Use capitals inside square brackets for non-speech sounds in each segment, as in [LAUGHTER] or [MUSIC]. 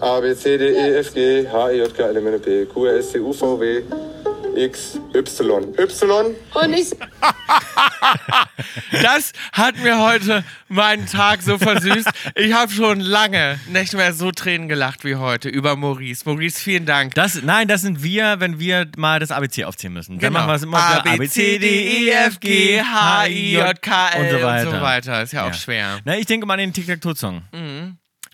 A, B, C, D, E, F, G, H, I, J, K, L, M, N, P, Q, R, S, T, U, V, W, X, Y. Y? Und ich. Das hat mir heute meinen Tag so versüßt. Ich habe schon lange nicht mehr so Tränen gelacht wie heute über Maurice. Maurice, vielen Dank. Das, nein, das sind wir, wenn wir mal das ABC aufziehen müssen. Dann Genau. machen wir es immer A, wieder. B, C, D, E, F, G, H, I, J, K, L und so weiter. Ist ja, auch schwer. Na, ich denke mal an den Tic-Tac-Toe-Song.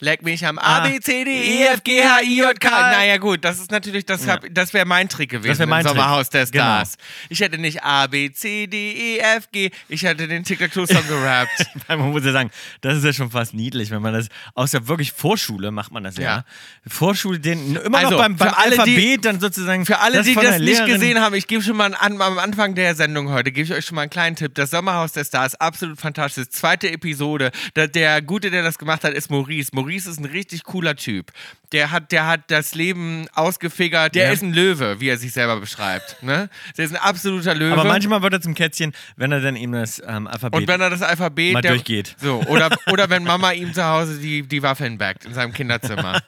Leck mich am A, B, C, D, E, F, G, H, I, J, K. [LAUGHS] Naja, gut, das ist natürlich, das, hab- das wäre mein Trick gewesen Das wär mein im Trick. Sommerhaus der Genau. Stars. Ich hätte nicht A, B, C, D, E, F, G. Ich hätte den Tic-Tac-Toe-Song [LAUGHS] gerappt. Man muss ja sagen, das ist ja schon fast niedlich, wenn man das aus der wirklich Vorschule macht man das ja. Ja. Vorschule, den immer Also, noch beim, beim für alle, die- Alphabet dann sozusagen. Für alle, die von das der nicht Lehrerin- gesehen haben, ich gebe schon mal einen an, am Anfang der Sendung heute, gebe ich euch schon mal einen kleinen Tipp. Das Sommerhaus der Stars, absolut fantastisch. Zweite Episode. Da, der Gute, der das gemacht hat, ist Maurice. Maurice ist ein richtig cooler Typ. Der hat, der hat das Leben ausgefigert. Der Ja. ist ein Löwe, wie er sich selber beschreibt. Ne? Der ist ein absoluter Löwe. Aber manchmal wird er zum Kätzchen, wenn er dann eben das ähm, Alphabet. und wenn er das Alphabet Mal durchgeht. So, oder, oder wenn Mama ihm zu Hause die, die Waffeln backt in seinem [LAUGHS] Kinderzimmer.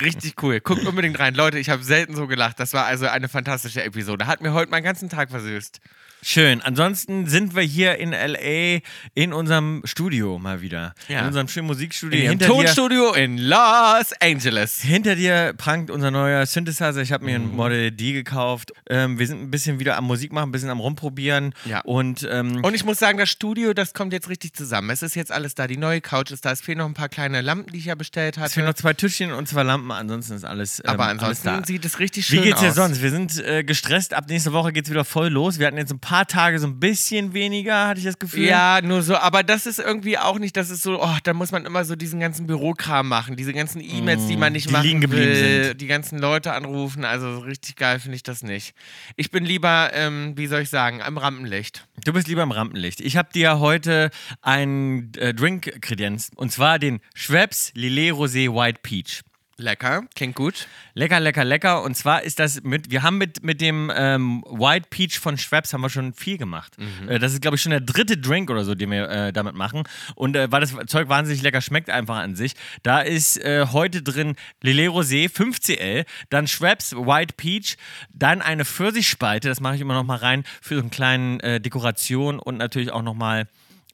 Richtig cool. Guckt unbedingt rein. Leute, ich habe selten so gelacht. Das war also eine fantastische Episode. Hat mir heute meinen ganzen Tag versüßt. Schön. Ansonsten sind wir hier in LA in unserem Studio mal wieder. Ja. In unserem schönen Musikstudio. Im hinter, dir, Tonstudio in Los Angeles. hinter dir prangt unser neuer Synthesizer. Ich habe mir Mhm. einen Model D gekauft. Ähm, wir sind ein bisschen wieder am Musik machen, ein bisschen am Rumprobieren. Ja. Und, ähm, Und ich muss sagen, das Studio, das kommt jetzt richtig zusammen. Es ist jetzt alles da. Die neue Couch ist da. Es fehlen noch ein paar kleine Lampen, die ich ja bestellt es fehlen hatte. noch zwei Tischchen und zwei Lampen. Ansonsten ist alles. Ähm, Aber alles da. ansonsten sieht es richtig schön Wie aus. geht's dir sonst? Wir sind äh, gestresst. Ab nächste Woche geht's wieder voll los. Wir hatten jetzt ein paar Tage so ein bisschen weniger, hatte ich das Gefühl. Ja, nur so, aber das ist irgendwie auch nicht, das ist so, oh, da muss man immer so diesen ganzen Bürokram machen, diese ganzen E-Mails, die man nicht die machen liegen geblieben will, sind. die ganzen Leute anrufen, also so richtig geil finde ich das nicht. Ich bin lieber, ähm, wie soll ich sagen, am Rampenlicht. Du bist lieber im Rampenlicht. Ich habe dir heute einen äh, Drink kredenzt. Und zwar den Schweppes Lillet Rosé White Peach. Lecker, klingt gut. Lecker, lecker, lecker. Und zwar ist das mit, wir haben mit, mit dem ähm, White Peach von Schweppes haben wir schon viel gemacht. Äh, das ist, glaube ich, schon der dritte Drink oder so, den wir äh, damit machen. Und äh, weil das Zeug wahnsinnig lecker schmeckt einfach an sich. Da ist äh, heute drin Lillet Rosé 5CL, dann Schweppes White Peach, dann eine Pfirsichspalte, das mache ich immer noch mal rein, für so einen kleinen äh, Dekoration und natürlich auch noch mal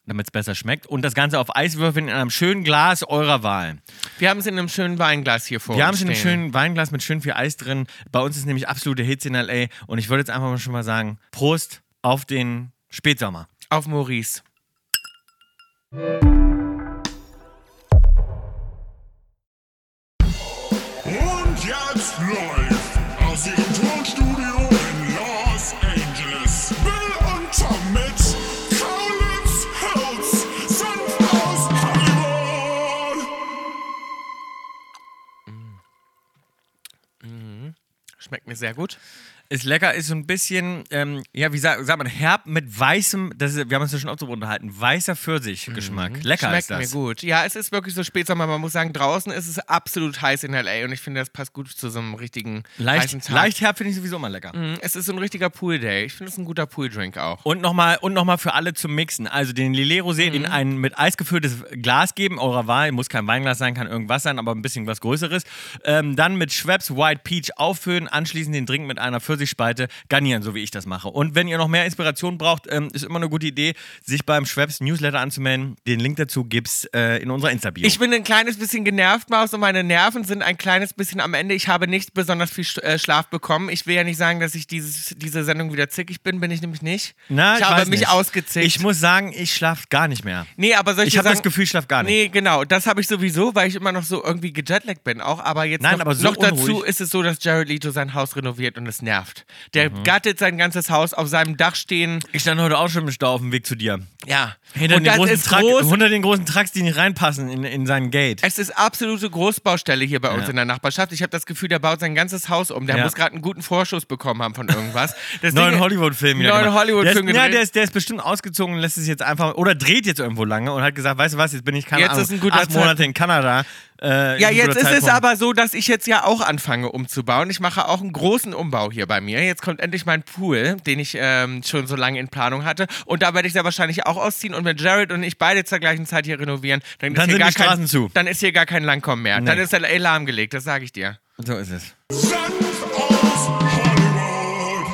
damit es besser schmeckt. Und das Ganze auf Eiswürfeln in einem schönen Glas eurer Wahl. Wir haben es in einem schönen Weinglas hier vor Wir haben uns schon ein stehen. schönes Weinglas mit schön viel Eis drin. Bei uns ist nämlich absolute Hitze in L.A. Und ich würde jetzt einfach mal schon mal sagen, Prost auf den Spätsommer. Auf Maurice. Und jetzt live aus ihrem Tonstudio in Los Angeles. Bill und Tom mit Kaulitz Hills sind aus Hollywood. Schmeckt mir sehr gut. Ist lecker, ist so ein bisschen, ähm, ja, wie sa- sagt man, herb mit weißem, das ist, wir haben uns ja schon oft drüber unterhalten, weißer Pfirsichgeschmack. Lecker Mhm. Schmeckt ist das. mir gut. Ja, es ist wirklich so Spätsommer. Man muss sagen, draußen ist es absolut heiß in L.A. und ich finde, das passt gut zu so einem richtigen heißen Leicht, Tag. leicht herb finde ich sowieso immer lecker. Mm, Es ist so ein richtiger Pool-Day. Ich finde es ist ein guter Pool-Drink auch. Und nochmal und noch mal für alle zum Mixen. Also den Lillet Rosé in ein mit Eis gefülltes Glas geben, eurer Wahl. Muss kein Weinglas sein, kann irgendwas sein, aber ein bisschen was Größeres. Ähm, dann mit Schweppes White Peach auffüllen, anschließend den Drink mit einer Pfirsichspalte garnieren, so wie ich das mache. Und wenn ihr noch mehr Inspiration braucht, ähm, ist immer eine gute Idee, sich beim Schweppes Newsletter anzumelden. Den Link dazu gibt's äh, in unserer Insta-Bio. Ich bin ein kleines bisschen genervt, Maus, und meine Nerven sind ein kleines bisschen am Ende. Ich habe nicht besonders viel Sch- äh, Schlaf bekommen. Ich will ja nicht sagen, dass ich dieses, diese Sendung wieder zickig bin, bin ich nämlich nicht. Na, ich, habe weiß mich nicht. ausgezickt. Ich muss sagen, ich schlafe gar nicht mehr. nee, aber solche Ich habe das Sachen- Gefühl, ich schlafe gar nicht. Nee, genau. Das habe ich sowieso, weil ich immer noch so irgendwie gejetlaggt bin. Auch aber jetzt Nein, noch, aber so noch dazu unruhig. ist es so, dass Jared Leto sein Haus renoviert und es nervt. Der Mhm. gattet sein ganzes Haus auf seinem Dach stehen. Ich stand heute auch schon im Stau auf dem Weg zu dir. Ja. Hinter, und den das großen, ist Truck, groß. hinter den großen Trucks, die nicht reinpassen in, in sein Gate. Es ist absolute Großbaustelle hier bei uns Ja. in der Nachbarschaft. Ich habe das Gefühl, der baut sein ganzes Haus um. Der Ja. muss gerade einen guten Vorschuss bekommen haben von [LAUGHS] irgendwas. Das neuen Ding- Hollywood-Film. wieder Neuen gemacht. Hollywood-Film Der ist- Ja, gedreht. der ist, der ist bestimmt ausgezogen und lässt es jetzt einfach oder dreht jetzt irgendwo lange und hat gesagt, weißt du was, jetzt bin ich keine Jetzt Ahnung, ist ein guter acht Monate Zeit- in Kanada. Äh, Ja, ein jetzt guter ist es Zeitpunkt. aber so, dass ich jetzt ja auch anfange umzubauen. Ich mache auch einen großen Umbau hier bei mir. Jetzt kommt endlich mein Pool, den ich ähm, schon so lange in Planung hatte. Und da werde ich sehr wahrscheinlich auch ausziehen. Und wenn Jared und ich beide zur gleichen Zeit hier renovieren, dann, Dann ist, hier sind gar die kein, Straßen zu. dann ist hier gar kein Langkommen mehr. Dann ist der Alarm gelegt, das sage ich dir. So ist es. Senf aus Hollywood.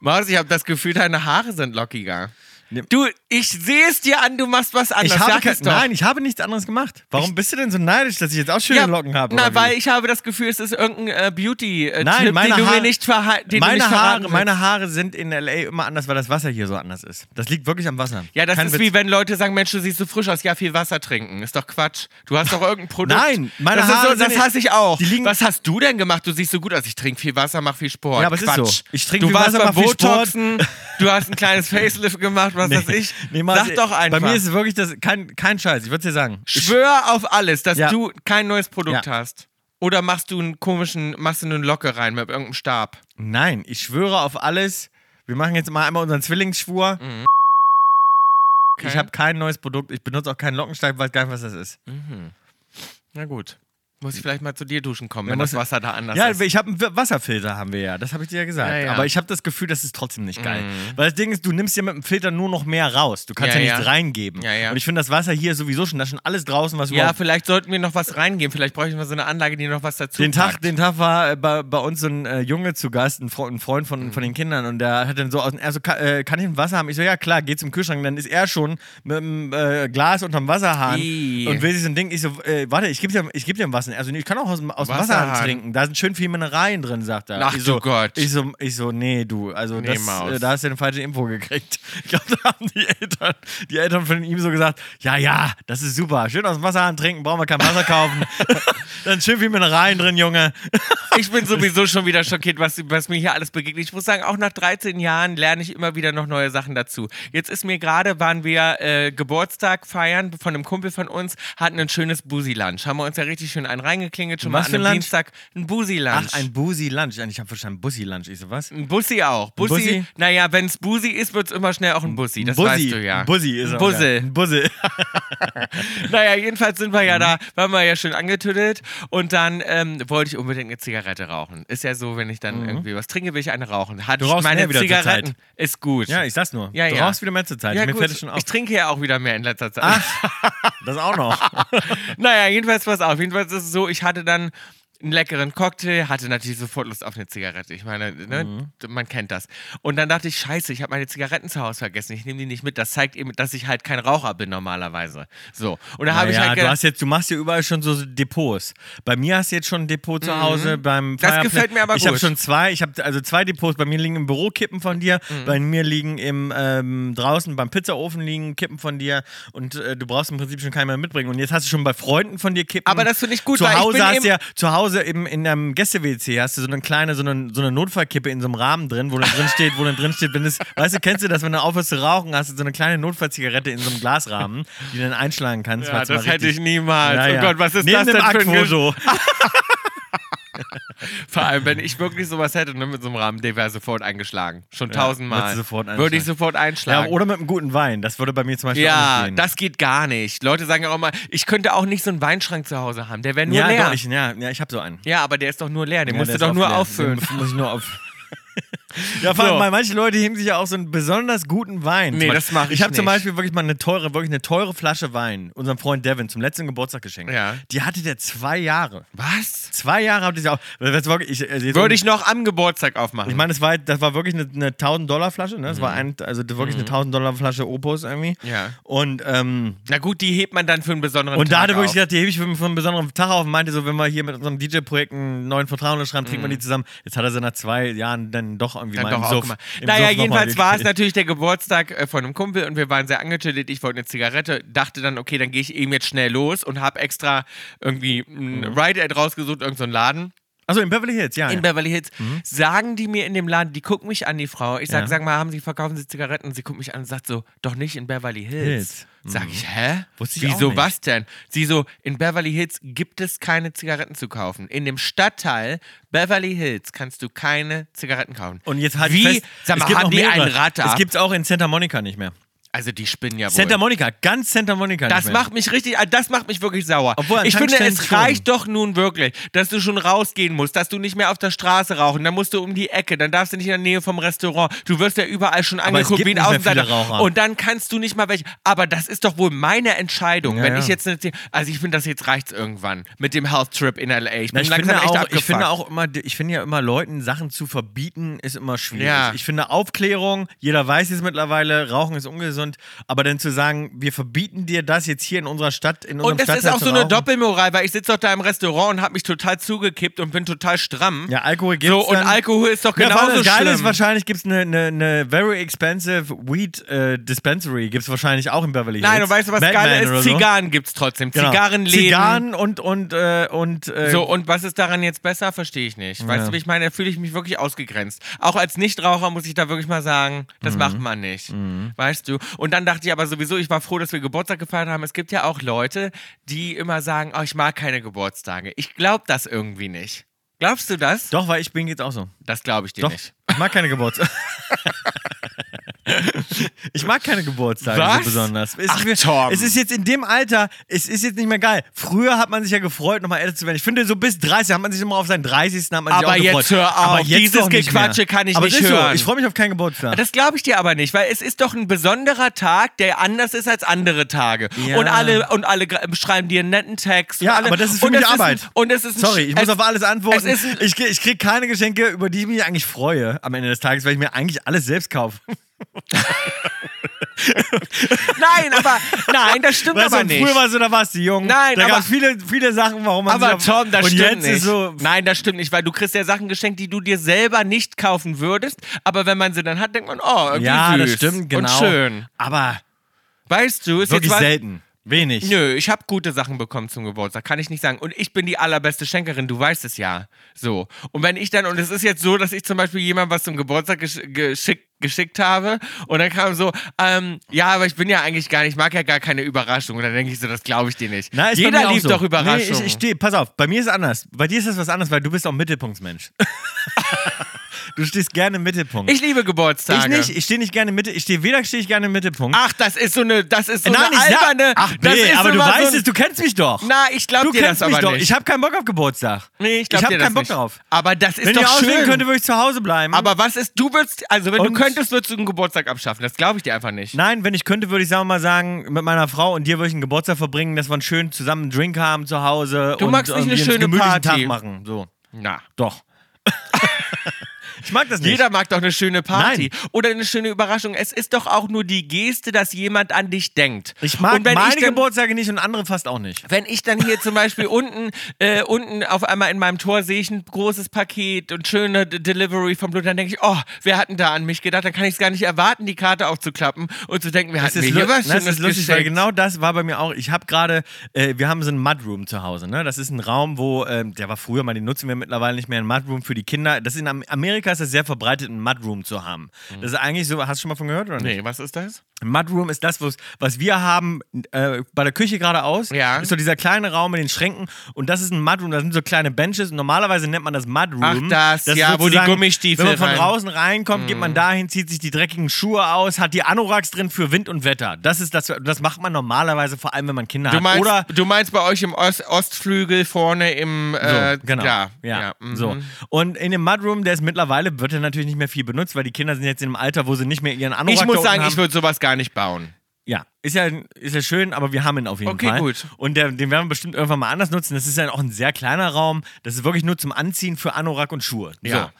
Maus, ich habe das Gefühl, deine Haare sind lockiger. Nimm- Du, ich sehe es dir an, du machst was anderes. Ich habe Sag ke- es doch. nein, ich habe nichts anderes gemacht. Warum bist du denn so neidisch, dass ich jetzt auch schöne Locken habe? oder Na, wie? weil ich habe das Gefühl, es ist irgendein äh, Beauty-Tipp, Nein, den meine du mir Haare- nicht, verha den du meine, nicht verraten Haare, willst. meine Haare sind in LA immer anders, weil das Wasser hier so anders ist. Das liegt wirklich am Wasser. Ja, das Kein ist Witz. wie wenn Leute sagen, Mensch, du siehst so frisch aus, ja, viel Wasser trinken. Ist doch Quatsch. Du hast doch irgendein Produkt. Nein, meine das Haare Ist so, das sind- hasse ich auch. die liegen- Was hast du denn gemacht? Du siehst so gut aus. Ich trinke viel Wasser, mach viel Sport. Ja, aber es ist Quatsch. so. Ich trinke du viel warst Wasser, beim mach viel Sport. Botoxen, Du hast ein kleines Facelift gemacht, was weiß ich. [LAUGHS] Nee, Marc, Sag doch einfach. Bei mir ist es wirklich das, kein, kein Scheiß, ich würde dir sagen. Schwör auf alles, dass Ja. du kein neues Produkt Ja. hast. Oder machst du einen komischen, machst du eine Locke rein mit irgendeinem Stab. Nein, ich schwöre auf alles. Wir machen jetzt mal einmal unseren Zwillingsschwur. Ich habe kein neues Produkt, ich benutze auch keinen Lockenstab, weiß gar nicht, was das ist. Na gut. Muss ich vielleicht mal zu dir duschen kommen, Ja, wenn das muss- Wasser da anders ja, ist. ich habe einen Wasserfilter, haben wir ja, das habe ich dir ja gesagt. Ja, ja. Aber ich habe das Gefühl, das ist trotzdem nicht geil. Weil das Ding ist, du nimmst ja mit dem Filter nur noch mehr raus. Du kannst Ja, ja, ja. nichts reingeben. Ja, ja. Und ich finde das Wasser hier sowieso schon, da ist schon alles draußen, was Ja, überhaupt vielleicht sollten wir noch was reingeben. Vielleicht bräuchten wir so eine Anlage, die noch was dazu Den Tag, packt. den Tag war äh, bei, bei uns so ein äh, Junge zu Gast, ein, Fre ein Freund von, Mhm. von den Kindern, und der hat dann so aus dem, also kann, äh, kann ich ein Wasser haben? Ich so, ja klar, geh zum Kühlschrank, dann ist er schon mit dem äh, Glas unterm Wasserhahn Ih. und will sich so ein Ding. Ich so, äh, warte, ich geb dir, ich geb dir ein Wasser. Also nee, ich kann auch aus, dem- aus dem Wasserhahn. Wasserhahn trinken. Da sind schön viele Mineralien drin, sagt er. Ach ich du so, Gott. Ich so, ich so, nee, du, also Nee, das, Maus. äh, da hast du eine falsche Info gekriegt. Ich glaube, da haben die Eltern, die Eltern von ihm so gesagt, ja, ja, das ist super. Schön aus dem Wasserhahn trinken, brauchen wir kein Wasser [LAUGHS] kaufen. Dann schön viel Mineralien drin, Junge. Ich bin sowieso schon wieder schockiert, was, was mir hier alles begegnet. Ich muss sagen, auch nach 13 Jahren lerne ich immer wieder noch neue Sachen dazu. Jetzt ist mir gerade, waren wir äh, Geburtstag feiern von einem Kumpel von uns, hatten ein schönes Busi-Lunch. Haben wir uns ja richtig schön einen reingeklingelt, schon Was mal für an einem Lunch? Dienstag. Ein Busi-Lunch. Ach, ein Busi Lunch. Ich habe verstanden, Bussi Lunch. Ich so, was? Ein Bussi auch. Bussi, Bussi? naja, wenn es Busi ist, wird es immer schnell auch ein Bussi. Das Bussi. weißt du ja. Ein Bussi ist er. Bussel. Ein Bussel. Naja, jedenfalls sind wir Mhm. ja da, waren wir ja schön angetüttelt und dann ähm, wollte ich unbedingt eine Zigarette rauchen. Ist ja so, wenn ich dann irgendwie was trinke, will ich eine rauchen. Hatte Mhm. Du ich rauchst meine mehr wieder zur Zigaretten. Zeit. Ist gut. Ja, ich sag's nur. Ja, du ja. brauchst wieder mehr zur Zeit. Ja, Mir gut. fällt es schon auf. Ich trinke ja auch wieder mehr in letzter Zeit. Das auch noch. [LAUGHS] Naja, jedenfalls pass auf. Jedenfalls ist es so, ich hatte dann einen leckeren Cocktail, hatte natürlich sofort Lust auf eine Zigarette. Ich meine, ne, Mhm. man kennt das. Und dann dachte ich, scheiße, ich habe meine Zigaretten zu Hause vergessen. Ich nehme die nicht mit. Das zeigt eben, dass ich halt kein Raucher bin normalerweise. So. Und da habe ich ja, halt du, gedacht, hast jetzt, du machst ja überall schon so Depots. Bei mir hast du jetzt schon ein Depot zu Hause. Beim Mhm. Das Firepla- gefällt mir aber Ich habe gut. schon zwei. Ich habe also zwei Depots. Bei mir liegen im Büro Kippen von dir. Mhm. Bei mir liegen im ähm, draußen beim Pizzaofen liegen Kippen von dir. Und äh, du brauchst im Prinzip schon keinen mehr mitbringen. Und jetzt hast du schon bei Freunden von dir Kippen. Aber das finde ich gut, Zu weil ich bin Hause hast eben- du ja [LAUGHS] zu Hause eben in einem Gäste-WC hast du so eine kleine so eine, so eine Notfallkippe in so einem Rahmen drin, wo dann drin steht, wo dann drin steht, wenn es, weißt du, kennst du das, wenn du aufhörst zu rauchen, hast du so eine kleine Notfallzigarette in so einem Glasrahmen, die du dann einschlagen kannst. Ja, Falls du das mal hätte richtig- ich niemals. Ja, ja. Oh Gott, was ist Neben das denn für ein dem Ge- [LAUGHS] Akquoso. Vor allem, wenn ich wirklich sowas hätte, ne, mit so einem Rahmen, der wäre sofort eingeschlagen. Schon tausendmal. würdest du sofort Würde ich einschlagen. sofort Ja, einschlagen. oder mit einem guten Wein. Das würde bei mir zum Beispiel auch Ja, nicht gehen. das geht gar nicht. Leute sagen ja auch immer, ich könnte auch nicht so einen Weinschrank zu Hause haben. Der wäre nur ja, leer. Doch, ich, ja, ja, ich habe so einen. Ja, aber der ist doch nur leer. Den Ja, musst der du ist doch auch nur leer. auffüllen. Den muss ich nur auf. [LAUGHS] Ja, vor allem, So. weil manche Leute heben sich ja auch so einen besonders guten Wein. Zum Nee, Beispiel- das mach ich Ich habe zum nicht. Beispiel wirklich mal eine teure, wirklich eine teure Flasche Wein unserem Freund Devin zum letzten Geburtstag geschenkt. Ja. Die hatte der zwei Jahre. Was? Zwei Jahre hatte ich auch. das war wirklich- ich, also jetzt- Würde ich noch am Geburtag aufmachen. Ich meine, das war, das war wirklich eine, eine 1000 Dollar Flasche, ne? Das war ein, also das wirklich eine 1000 Dollar Flasche Opus irgendwie. Mhm. Ja. Und ähm, Na gut, die hebt man dann für einen besonderen und da Tag hatte wirklich auf. gedacht, die hebe ich für für einen besonderen Tag auf und meinte so, wenn wir hier mit unserem DJ-Projekt einen neuen Vertrag unterschreiben, trinken wir die zusammen. Jetzt hat er sie nach zwei Jahren dann doch Mhm. irgendwie Dann mal im doch auch Suff, gemacht. im Naja, Suff noch mal jedenfalls war es gekriegt. natürlich der Geburtstag äh, von einem Kumpel und wir waren sehr angetötet. Ich wollte eine Zigarette, dachte dann, okay, dann gehe ich eben jetzt schnell los und habe extra irgendwie ein Mhm. Ride-Ad rausgesucht, irgendeinen so einen Laden. Achso, in Beverly Hills, ja. in ja. Mhm. Beverly Hills. Sagen die mir in dem Laden, die gucken mich an, die Frau. Ich sag, Ja. sag mal, haben Sie, verkaufen Sie Zigaretten? Und sie guckt mich an und sagt so, doch nicht in Beverly Hills. Hills. Mhm. Sag ich, hä? Wusste ich auch Wieso nicht. was denn? Sie so, in Beverly Hills gibt es keine Zigaretten zu kaufen. In dem Stadtteil Beverly Hills kannst du keine Zigaretten kaufen. Und jetzt halt Wie? fest, Sag mal, es gibt haben auch die mehrere. einen Ratter? Es gibt es auch in Santa Monica nicht mehr. Also die spinnen ja wohl. Santa Monica, ganz Santa Monica. Das nicht mehr. macht mich richtig, ah, das macht mich wirklich sauer. Obwohl, an ich finde, Tankstellen es schon. reicht doch nun wirklich, dass du schon rausgehen musst, dass du nicht mehr auf der Straße rauchen, dann musst du um die Ecke, dann darfst du nicht in der Nähe vom Restaurant. Du wirst ja überall schon es angeguckt gibt wie ein nicht mehr Außenseiter. viele Raucher. Und dann kannst du nicht mal welche. Aber das ist doch wohl meine Entscheidung. Ja, wenn ja. ich jetzt eine, also ich finde, das jetzt reicht's irgendwann mit dem Health Trip in LA. Ich Na, bin ich, langsam finde echt auch, abgefuckt. ich finde auch immer, ich finde ja immer Leuten Sachen zu verbieten, ist immer schwierig. Ja. Ich finde Aufklärung, jeder weiß es mittlerweile, Rauchen ist ungesund, aber dann zu sagen, wir verbieten dir das jetzt hier in unserer Stadt, in unserem und es ist Stadtteil auch zu so eine rauchen. Doppelmoral, weil ich sitze doch da im Restaurant und habe mich total zugekippt und bin total stramm. Ja, Alkohol gibt's so, und dann. Alkohol ist doch Ja, vor allem genauso das Geile schlimm. ist wahrscheinlich gibt es eine, eine, eine very expensive Weed äh, Dispensary, gibt es wahrscheinlich auch in Beverly Hills. Nein, und weißt du, was Batman geil oder ist? so. Zigarren gibt's trotzdem. Genau. Zigarrenläden. Zigarren und und äh, und äh, So, und was ist daran jetzt besser, verstehe ich nicht. Weißt du, wie ich meine, da fühle ich mich wirklich ausgegrenzt. Auch als Nichtraucher muss ich da wirklich mal sagen, das Mhm. macht man nicht. Weißt du? Und dann dachte ich aber sowieso, ich war froh, dass wir Geburtstag gefeiert haben. Es gibt ja auch Leute, die immer sagen, oh, ich mag keine Geburtstage. Ich glaube das irgendwie nicht. Glaubst du das? Doch, weil ich bin jetzt auch so. Das glaube ich dir Doch. nicht. Ich mag keine [LAUGHS] Geburtstage. [LAUGHS] ich mag keine Geburtstage Was? so besonders. Es Ach, mir- Tom. Es ist jetzt in dem Alter, es ist jetzt nicht mehr geil. Früher hat man sich ja gefreut, nochmal älter zu werden. Ich finde, so bis 30 hat man sich immer auf seinen 30. hat man sich Aber auch gefreut. jetzt hör auf, dieses doch nicht Gequatsche mehr. kann ich aber nicht es ist hören. So, ich freue mich auf keinen Geburtstag. Das glaube ich dir aber nicht, weil es ist doch ein besonderer Tag, der anders ist als andere Tage. Ja. Und alle und alle gra- schreiben dir einen netten Text. Ja, alle, aber das ist für und mich es Arbeit. Ist, und es ist ein Sorry, ich Sch- muss auf alles antworten. es ist- ich, krieg- ich kriege keine Geschenke, über die ich mich eigentlich freue am Ende des Tages, weil ich mir eigentlich alles [LAUGHS] selbst kaufe. [LAUGHS] Nein, aber nein, das stimmt Weißt aber du, nicht. früher war so, da warst du jung. Nein, da aber- gab es viele, viele Sachen, warum man aber sich auf- Tom, das Und stimmt jetzt nicht. ist so, Nein, das stimmt nicht, weil du kriegst ja Sachen geschenkt, die du dir selber nicht kaufen würdest, aber wenn man sie dann hat, denkt man, oh, irgendwie Ja, süß das stimmt, genau. und schön. Aber Weißt du, ist wirklich jetzt was, selten. Wenig. Nö, ich habe gute Sachen bekommen zum Geburtstag, kann ich nicht sagen. Und ich bin die allerbeste Schenkerin, du weißt es ja. So. Und wenn ich dann, und es ist jetzt so, dass ich zum Beispiel jemandem was zum Geburtstag gesch geschick geschickt habe und dann kam so, ähm, ja, aber ich bin ja eigentlich gar nicht, ich mag ja gar keine Überraschung. Und dann denke ich so, das glaube ich dir nicht. Na, ist bei mir Jeder auch liebt so. doch Überraschungen. Nee, ich, ich stehe, pass auf, bei mir ist es anders. Bei dir ist das was anderes, weil du bist auch [LAUGHS] Mittelpunktsmensch. du stehst gerne im Mittelpunkt. Ich liebe Geburtstage. Ich nicht, ich stehe nicht gerne im Mitte, ich stehe weder stehe ich gerne im Mittelpunkt. Ach, das ist so eine, das ist so Nein, eine ich sag- alberne. Ach, das nee, ist aber du immer so weißt ein- es, du kennst mich doch. Na, ich glaube du dir das kennst aber mich doch. nicht. Ich habe keinen Bock auf Geburtstag. nee, ich glaub hab dir das keinen Bock nicht. drauf. Aber das ist Wenn doch ich auswählen schön. könnte, würde ich zu Hause bleiben. Aber was ist, du würdest, also wenn du Hm? Und- könntest, würdest du einen Geburtstag abschaffen. Das glaube ich dir einfach nicht. Nein, wenn ich könnte, würde ich sagen wir mal sagen, mit meiner Frau und dir würde ich einen Geburtstag verbringen, dass wir einen schönen zusammen einen Drink haben zu Hause Du und äh, magst nicht eine irgendwie einen schöne gemütlichen Party. Tag machen, so. Na. Doch. [LAUGHS] ich mag das nicht. Jeder mag doch eine schöne Party Nein. oder eine schöne Überraschung. Es ist doch auch nur die Geste, dass jemand an dich denkt. ich mag Und wenn meine ich dann, Geburtstage nicht und andere fast auch nicht. wenn ich dann hier zum Beispiel [LAUGHS] unten, äh, unten auf einmal in meinem Tor sehe ich ein großes Paket und schöne D Delivery vom Blut, dann denke ich, oh, wer hat denn da an mich gedacht? Dann kann ich es gar nicht erwarten, die Karte aufzuklappen und zu denken, wer hat Das ist, mir lu- hier was das Schönes ist lustig, geschenkt? weil genau das war bei mir auch. Ich habe gerade, äh, wir haben so einen Mudroom zu Hause. Ne? Das ist ein Raum, wo, ähm, der war früher mal, den nutzen wir mittlerweile nicht mehr, ein Mudroom für die Kinder. Das ist in Am- Amerika ist das sehr verbreitet, einen Mudroom zu haben. Mhm. Das ist eigentlich so, hast du schon mal von gehört oder nicht? Nee, was ist das? Ein Mudroom ist das, was, was wir haben äh, bei der Küche geradeaus. Ja. Ist so dieser kleine Raum mit den Schränken. Und das ist ein Mudroom, da sind so kleine Benches. Und normalerweise nennt man das Mudroom. Ach, das, ist ja, wo die sozusagen, Gummistiefel Wenn man von rein- Mhm. draußen reinkommt, geht man dahin, zieht sich die dreckigen Schuhe aus, hat die Anoraks drin für Wind und Wetter. Das ist das, das macht man normalerweise, vor allem wenn man Kinder Du hat. meinst, Oder du meinst bei euch im Ost Ostflügel vorne im. Äh, so, genau. Ja, ja, mhm. so. Und in dem Mudroom, der ist mittlerweile, wird er natürlich nicht mehr viel benutzt, weil die Kinder sind jetzt in einem Alter, wo sie nicht mehr ihren Anorak Ich da muss unten sagen, haben. ich würde sowas gar nicht bauen. Ja, ist ja, ist ja schön, aber wir haben ihn auf jeden Okay, Fall. gut. Und der, den werden wir bestimmt irgendwann mal anders nutzen. Das ist ja auch ein sehr kleiner Raum. Das ist wirklich nur zum Anziehen für Anorak und Schuhe. Ja. So.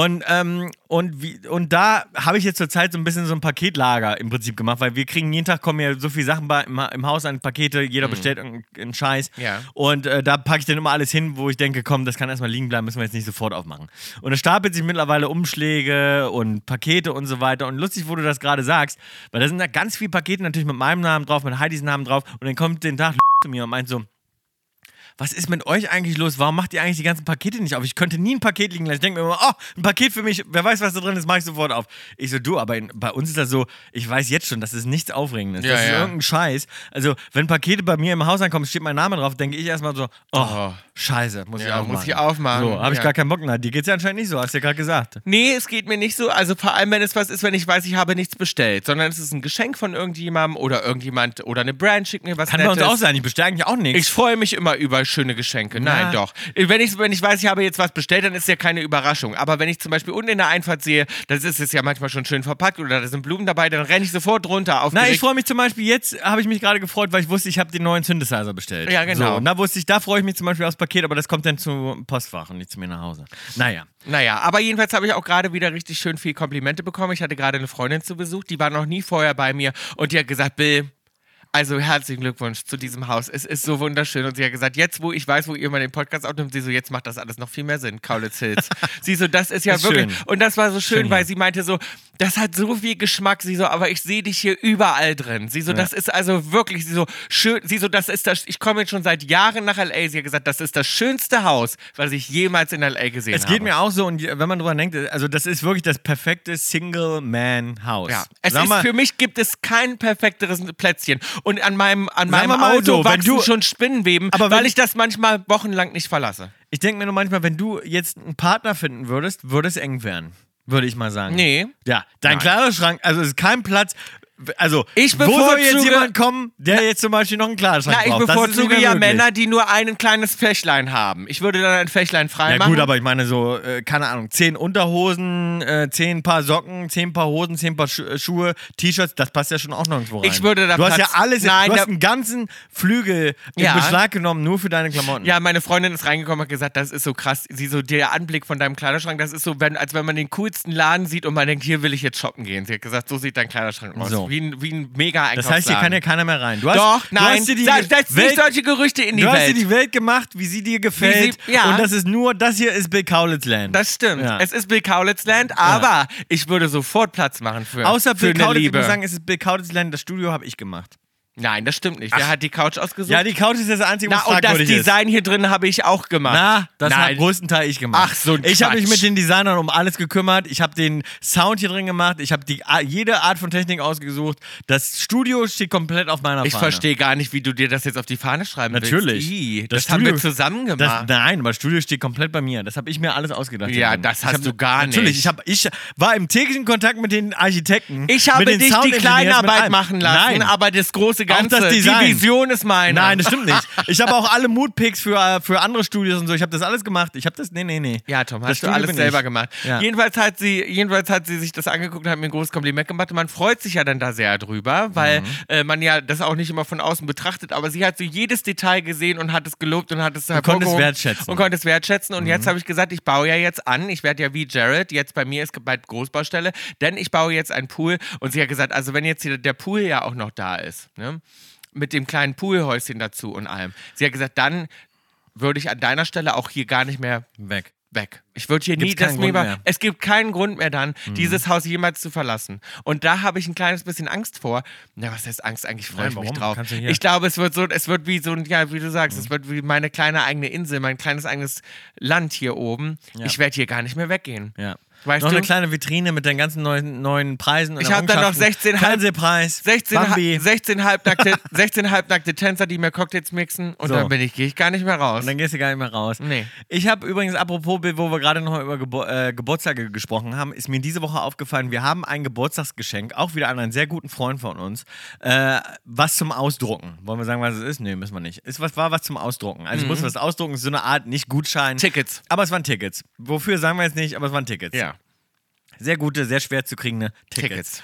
Und, ähm, und, wie, und da habe ich jetzt zurzeit so ein bisschen so ein Paketlager im Prinzip gemacht, weil wir kriegen jeden Tag kommen ja so viele Sachen bei, im, im Haus an Pakete. Jeder Mhm. bestellt einen Scheiß. Ja. Und äh, da packe ich dann immer alles hin, wo ich denke, komm, das kann erstmal liegen bleiben, müssen wir jetzt nicht sofort aufmachen. Und es stapelt sich mittlerweile Umschläge und Pakete und so weiter. Und lustig, wo du das gerade sagst, weil da sind da ganz [LAUGHS] viele Pakete natürlich mit meinem Namen drauf, mit Heidis Namen drauf. Und dann kommt den Tag zu mir und meint so, was ist mit euch eigentlich los? Warum macht ihr eigentlich die ganzen Pakete nicht auf? Ich könnte nie ein Paket liegen lassen. Ich denke mir immer, oh, ein Paket für mich, wer weiß, was da drin ist, mache ich sofort auf. Ich so, du, aber in, bei uns ist das so, ich weiß jetzt schon, dass es nichts Aufregendes. Ja, das ist ja. irgendein Scheiß. Also, wenn Pakete bei mir im Haus ankommen, steht mein Name drauf, denke ich erstmal so, oh, Oh. scheiße, muss ich Ja, aufmachen. muss ich aufmachen. So, habe ich Ja. gar keinen Bock. Na, dir geht's ja anscheinend nicht so, hast du ja gerade gesagt. Nee, es geht mir nicht so. Also vor allem, wenn es was ist, wenn ich weiß, ich habe nichts bestellt, sondern es ist ein Geschenk von irgendjemandem oder irgendjemand oder eine Brand schickt mir was Kann bei Nettes. uns auch sein, ich bestärke mich auch nichts. Ich freue mich immer über schöne Geschenke. Nein, Ja. doch. Wenn ich, wenn ich weiß, ich habe jetzt was bestellt, dann ist ja keine Überraschung. Aber wenn ich zum Beispiel unten in der Einfahrt sehe, das ist es ja manchmal schon schön verpackt oder da sind Blumen dabei, dann renne ich sofort runter. Auf Na, ich freue mich zum Beispiel, jetzt habe ich mich gerade gefreut, weil ich wusste, ich habe den neuen Synthesizer bestellt. Ja, genau. So, und da wusste ich, da freue ich mich zum Beispiel aufs Paket, aber das kommt dann zum Postfach und nicht zu mir nach Hause. Naja. Naja, aber jedenfalls habe ich auch gerade wieder richtig schön viel Komplimente bekommen. Ich hatte gerade eine Freundin zu Besuch, die war noch nie vorher bei mir und die hat gesagt, Bill, also herzlichen Glückwunsch zu diesem Haus. Es ist so wunderschön. Und sie hat gesagt, jetzt wo ich weiß, wo ihr mal den Podcast aufnimmt, sie so, jetzt macht das alles noch viel mehr Sinn, Kaulitz [LAUGHS] Hills. sie so, das ist ja Ist wirklich. schön. Und das war so schön, Schön, weil ja. sie meinte so, das hat so viel Geschmack. Sie so, aber ich sehe dich hier überall drin. Sie so, das ist also wirklich, sie so, schön, sie so, das ist das, ich komme jetzt schon seit Jahren nach L.A. Sie hat gesagt, das ist das schönste Haus, was ich jemals in L.A. gesehen Es habe. geht mir auch so, und wenn man drüber denkt, also das ist wirklich das perfekte Single-Man-Haus. Ja, es Sag ist, mal, für mich gibt es kein perfekteres Plätzchen. Und an meinem, an Sagen meinem wir mal Auto so, wenn wachsen du- schon Spinnenweben, Aber weil wenn- ich das manchmal wochenlang nicht verlasse. ich denke mir nur manchmal, wenn du jetzt einen Partner finden würdest, würde es eng werden. Würde ich mal sagen. Nee. Ja, dein Nein. Kleiderschrank, also es ist kein Platz. Also, Ich wo soll jetzt bevorzuge- jemand kommen, der jetzt zum Beispiel noch einen Kleiderschrank Na, ich braucht? Das ist nicht bevorzuge mehr ja möglich. Männer, die nur ein kleines Fächlein haben. Ich würde dann ein Fächlein frei Ja machen. gut, aber ich meine so, äh, keine Ahnung, zehn Unterhosen, äh, zehn Paar Socken, zehn Paar Hosen, zehn Paar Schu äh, Schuhe, T-Shirts, das passt ja schon auch nirgendwo rein. Ich würde da du hast ja Platz- alles, Nein, du da- hast einen ganzen Flügel Ja. in Beschlag genommen, nur für deine Klamotten. ja, meine Freundin ist reingekommen und hat gesagt, das ist so krass. Sie so, der Anblick von deinem Kleiderschrank, das ist so, wenn, als wenn man den coolsten Laden sieht und man denkt, hier will ich jetzt shoppen gehen. Sie hat gesagt, so sieht dein Kleiderschrank aus. So. Wie, ein, wie ein mega das Einkaufsladen. heißt, hier kann ja keiner mehr rein. Du hast, Doch, du nein, hast dir die Sag- setz nicht Welt, solche Gerüchte in die du hast dir Welt. die Welt gemacht, wie sie dir gefällt. sie- ja. Und das ist nur, das hier ist Bill Kaulitz Land. Das stimmt. Ja. Es ist Bill Kaulitz Land, aber ich würde sofort Platz machen für, Außer für Bill eine Kaulitz, ich Liebe. muss sagen, es ist Bill Kaulitz Land, das Studio habe ich gemacht. Nein, das stimmt nicht. Wer hat die Couch ausgesucht? Ja, die Couch ist das einzige, Na, was und das fragwürdig ist. Design hier drin habe ich auch gemacht. Na, das Nein. hat größtenteils ich gemacht. Ach, so ein Ich habe mich Quatsch. mit den Designern um alles gekümmert. Ich habe den Sound hier drin gemacht. Ich habe die a- jede Art von Technik ausgesucht. Das Studio steht komplett auf meiner Ich Fahne. verstehe gar nicht, wie du dir das jetzt auf die Fahne schreiben willst. Natürlich. Ih, Das, haben wir zusammen Das, gemacht. nein, aber das Studio steht komplett bei mir. Das habe ich mir alles ausgedacht. hier Ja, drin. das Ich hast hab- du gar nicht. Natürlich, ich, hab, ich war im täglichen Kontakt mit den Architekten. ich habe mit den dich die Soundingenieurs, mit Kleinarbeit allem. machen lassen, Nein. aber das große Ganze, das Design. die Vision ist meine. Nein, das stimmt nicht. Ich habe auch alle Moodpicks für, äh, für andere Studios und so. Ich habe das alles gemacht. Ich habe das. Nee, nee, nee. Ja, Tom, Das hast du Studio alles bin selber ich. gemacht. Ja. Jedenfalls, hat sie, jedenfalls hat sie sich das angeguckt und hat mir ein großes Kompliment gemacht. Und man freut sich ja dann da sehr drüber, Mhm. weil äh, man ja das auch nicht immer von außen betrachtet. Aber sie hat so jedes Detail gesehen und hat es gelobt und hat es hervorgehoben. konnte es wertschätzen. Mhm. Und konnte es wertschätzen. Und jetzt habe ich gesagt, ich baue ja jetzt an. Ich werde ja wie Jared, jetzt bei mir ist bald Großbaustelle, denn ich baue jetzt einen Pool. Und sie hat gesagt, also wenn jetzt hier der Pool ja auch noch da ist, ne? mit dem kleinen Poolhäuschen dazu und allem. Sie hat gesagt, dann würde ich an deiner Stelle auch hier gar nicht mehr Weg. weg. Ich würde hier nie Gibt's das keinen mir Grund über- mehr. Mhm. Es gibt keinen Grund mehr dann, dieses Haus jemals zu verlassen. Und da habe ich ein kleines bisschen Angst vor. Na, was heißt Angst? Eigentlich freue Nein, ich mich warum? drauf. Kannst du hier- Mhm. Ich glaube, es wird so, es wird wie so ein, ja, wie du sagst, es wird wie meine kleine eigene Insel, mein kleines eigenes Land hier oben. Ich werde hier gar nicht mehr weggehen. Ja. Weißt noch du? eine kleine Vitrine mit den ganzen neuen, neuen Preisen. Und Ich hab dann noch 16 halb- Fernsehpreis. 16, ha- Bambi. 16 [LAUGHS] halbnackte, 16 halbnackte Tänzer, die mir Cocktails mixen und So. dann bin ich, gehe ich gar nicht mehr raus. Und dann gehst du gar nicht mehr raus. Nee. Ich habe übrigens, apropos, Bill, wo wir gerade noch über Gebo äh, Geburtstage gesprochen haben, ist mir diese Woche aufgefallen, wir haben ein Geburtstagsgeschenk, auch wieder an einen sehr guten Freund von uns. Äh, was zum Ausdrucken. Wollen wir sagen, was es ist? Nee, müssen wir nicht. Ist was, war was zum Ausdrucken. Also ich musste was ausdrucken, so eine Art, nicht Gutschein. Mhm. Tickets. Aber es waren Tickets. Wofür sagen wir jetzt nicht, aber es waren Tickets. Ja. Sehr gute, sehr schwer zu kriegende Tickets. Tickets.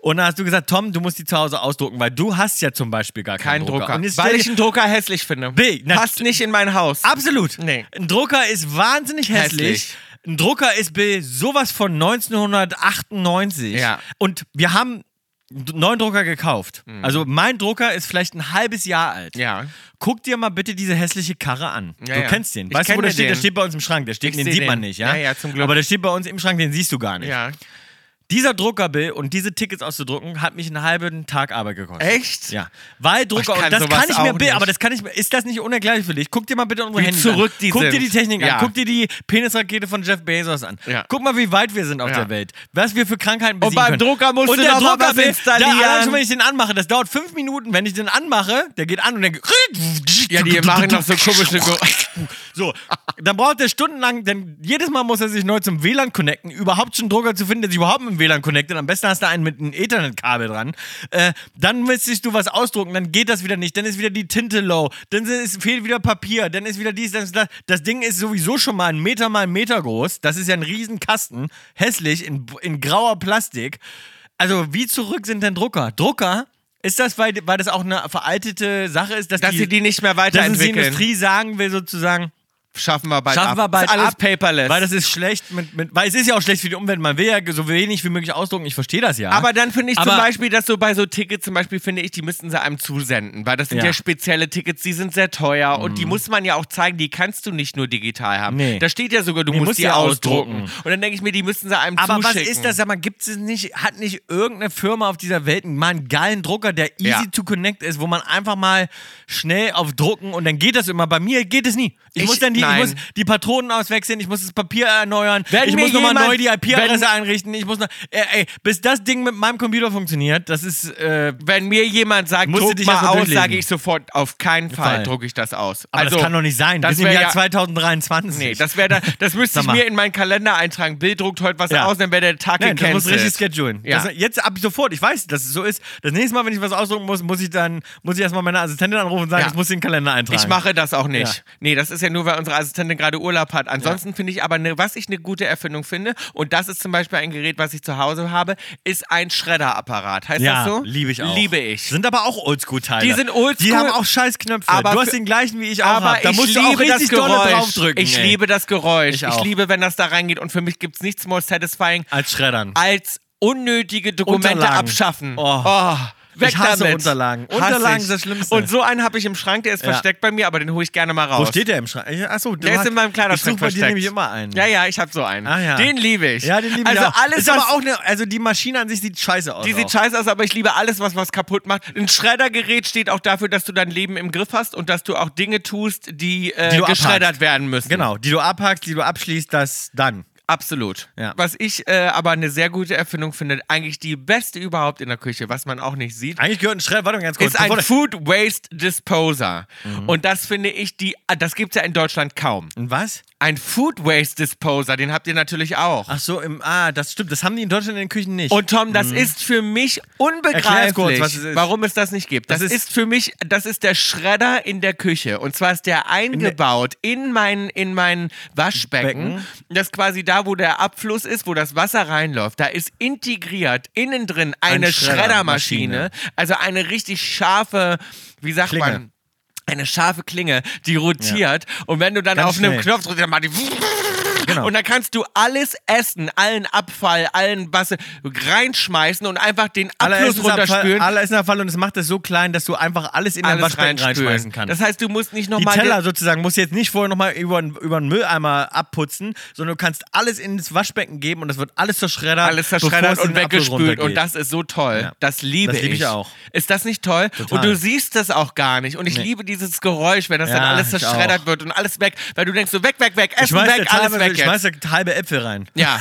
Und da hast du gesagt, Tom, du musst die zu Hause ausdrucken, weil du hast ja zum Beispiel gar keinen Kein Drucker. Drucker. Und jetzt Weil stell ich dir- einen Drucker hässlich finde. B, na- Passt nicht in mein Haus. Absolut. Nee. Ein Drucker ist wahnsinnig hässlich. Hässlich. Ein Drucker ist Bill sowas von 1998. Ja. Und wir haben einen neuen Drucker gekauft. Also mein Drucker ist vielleicht ein halbes Jahr alt. Mhm. Ja. Guck dir mal bitte diese hässliche Karre an. Ja, du ja. kennst den. Ich weißt du, wo kenne der steht? Der den. steht bei uns im Schrank. Der steht, Ich den seh sieht man den. nicht, ja? Ja, ja, zum Glück. Aber der steht bei uns im Schrank, den siehst du gar nicht. Ja. Dieser Druckerbill und diese Tickets auszudrucken, hat mich einen halben Tag Arbeit gekostet. Echt? Ja. Weil Drucker, kann und das sowas kann ich mir, auch bi- nicht. aber das kann ich mir, ist das nicht unerklärlich für dich? Guck dir mal bitte unsere Wie Handys zurück an. die Guck dir sind. die Technik Ja. an. Guck dir die Penisrakete von Jeff Bezos an. Ja. Guck mal, wie weit wir sind auf Ja. der Welt. Was wir für Krankheiten besiegen beim können. Drucker musst und du der noch mal was Druckerbill, installieren. Da, allein schon, wenn ich den anmache, das dauert fünf Minuten. Wenn ich den anmache, der geht an und dann... Ja, die machen noch so komische. Go So, dann braucht er stundenlang, denn jedes Mal muss er sich neu zum WLAN connecten, überhaupt schon einen Drucker zu finden, der sich überhaupt mit dem WLAN connectet. Am besten hast du einen mit einem Ethernet-Kabel dran. Äh, dann müsstest du was ausdrucken, dann geht das wieder nicht, dann ist wieder die Tinte low, dann ist, fehlt wieder Papier, dann ist wieder dies, dann ist das. Das Ding ist sowieso schon mal einen Meter mal einen Meter groß. Das ist ja ein riesen Kasten, hässlich, in, in grauer Plastik. Also, wie zurück sind denn Drucker? Drucker. Ist das, weil, weil das auch eine veraltete Sache ist, dass, dass die, sie die nicht mehr dass es die weiterentwickeln. Industrie sagen will, sozusagen, Schaffen wir bald ab. Schaffen wir bald ist alles ab, paperless. Weil das ist schlecht, mit, mit, weil es ist ja auch schlecht für die Umwelt. Man will ja so wenig wie möglich ausdrucken. Ich verstehe das ja. aber dann finde ich zum Aber- Beispiel, dass so bei so Tickets zum Beispiel finde ich, die müssten sie einem zusenden, weil das sind ja, Ja. Mhm. spezielle Tickets, die sind sehr teuer und die muss man ja auch zeigen, die kannst du nicht nur digital haben. Nee. Da steht ja sogar, du musst musst die ja ausdrucken. ausdrucken. Und dann denke ich mir, die müssten sie einem aber was zuschicken. ist das? Sag mal, gibt es nicht, hat nicht irgendeine Firma auf dieser Welt mal einen geilen Drucker, der easy Ja. to connect ist, wo man einfach mal schnell auf Drucken und dann geht das immer. Bei mir geht es nie. Ich, Ich- muss dann die, ich nein. muss die Patronen auswechseln, ich muss das Papier erneuern, Wenn ich mir muss nochmal jemand- neu die wenn- IP-Adresse einrichten, ich muss noch, ey, ey, bis das Ding mit meinem Computer funktioniert, das ist, äh, Wenn mir jemand sagt, Musst du druck dich mal erst mal aus, durchlesen. sage ich sofort, auf keinen Fall Fall. drucke ich das aus. aber also, das kann doch nicht sein. das Das ist im wär Jahr ja- 2023. Nee, das wäre da, das müsste Sag ich mal. mir in meinen Kalender eintragen. Bild druckt heute was Ja. aus, dann wäre der Tag Nein, das gecancelt. muss richtig schedulen. Ja. Das, jetzt ab sofort, ich weiß, dass es so ist. Das nächste Mal, wenn ich was ausdrucken muss, muss ich dann muss ich erstmal meine Assistentin anrufen und sagen, Ja. ich muss den Kalender eintragen. Ich mache das auch nicht. Ja. Nee, das ist ja nur, weil unsere Assistentin gerade Urlaub hat. Ansonsten finde ich aber, ne, was ich eine gute Erfindung finde, und das ist zum Beispiel ein Gerät, was ich zu Hause habe, ist ein Schredderapparat. Heißt das ja, so? liebe ich auch. Liebe ich. Sind aber auch Oldschool-Teile. Die sind oldschool. Die haben auch Scheißknöpfe. Aber du für- hast den gleichen, wie ich auch aber hab. Da ich musst liebe du auch das richtig dolle Geräusch. draufdrücken. ich ey. liebe das Geräusch. Ich Ich, auch. liebe, wenn das da reingeht. Und für mich gibt es nichts more satisfying Als Schreddern. als unnötige Dokumente Unterlagen. abschaffen. Oh. Weg Ich hasse damit. Unterlagen. Hasse Unterlagen ich. ist das Schlimmste. Und so einen habe ich im Schrank, der ist Ja. versteckt bei mir, aber den hole ich gerne mal raus. Wo steht der im Schrank? Achso, Der ist in meinem Kleiderschrank Ich suche bei dir versteckt. nämlich immer einen. Ja, ja, ich hab so einen. Ah, ja. Den liebe ich. Ja, den liebe also ich auch. alles, ist was, aber auch Oh. eine, also die Maschine an sich sieht scheiße aus. die auch. sieht scheiße aus, aber ich liebe alles, was was kaputt macht. Ein Schreddergerät steht auch dafür, dass du dein Leben im Griff hast und dass du auch Dinge tust, die, äh, Die du geschreddert abhackst. werden müssen. Genau, die du abhackst, die du abschließt, das dann. Absolut. Ja. Was ich äh, aber eine sehr gute Erfindung finde, eigentlich die beste überhaupt in der Küche, was man auch nicht sieht, Eigentlich gehört ein Schredder, warte mal ganz kurz. ist ein bevor du- Food Waste Disposer. Mhm. Und das finde ich, die, ah, das gibt's ja in Deutschland kaum. Ein was? Ein Food Waste Disposer, den habt ihr natürlich auch. Ach so, im, ah, das stimmt. Das haben die in Deutschland in den Küchen nicht. Mhm. Und Tom, das ist für mich unbegreiflich, Erklär's kurz, was es ist. warum es das nicht gibt. Das, Das ist, ist- für mich, das ist der Schredder in der Küche. Und zwar ist der eingebaut in mein, in mein Waschbecken. Becken. Das ist quasi da, wo der Abfluss ist, wo das Wasser reinläuft. Da ist integriert innen drin Ein eine Schreddermaschine. Schreddermaschine. Also eine richtig scharfe, wie sagt Klinge. man? Eine scharfe Klinge, die rotiert. Und wenn du dann Ganz auf einem schnell. Knopf drückst, dann macht die. Genau. Und dann kannst du alles essen, allen Abfall, allen Basse reinschmeißen und einfach den Abfluss runterspülen. Alle ist in der Fall und es macht das so klein, dass du einfach alles in dein alles Waschbecken reinschmeißen reinspülen. kannst. Das heißt, du musst nicht die nochmal. Teller sozusagen musst du jetzt nicht vorher nochmal über, einen- über einen Mülleimer abputzen, sondern du kannst alles ins Waschbecken geben und das wird alles zerschreddert. alles bevor zerschreddert es in und den Abfluss weggespült. runtergeht. Und das ist so toll. Ja. Das liebe Das ich. liebe ich auch. Ist das nicht toll? Total. Und du siehst das auch gar nicht. Und ich Nee. liebe dieses Geräusch, wenn das dann Ja, alles ich zerschreddert auch. wird und alles weg, weil du denkst so weg, weg, weg, ich Essen schmeiß, weg, da alles halbe, weg ich jetzt. schmeiß da halbe Äpfel rein. [LAUGHS] Ja.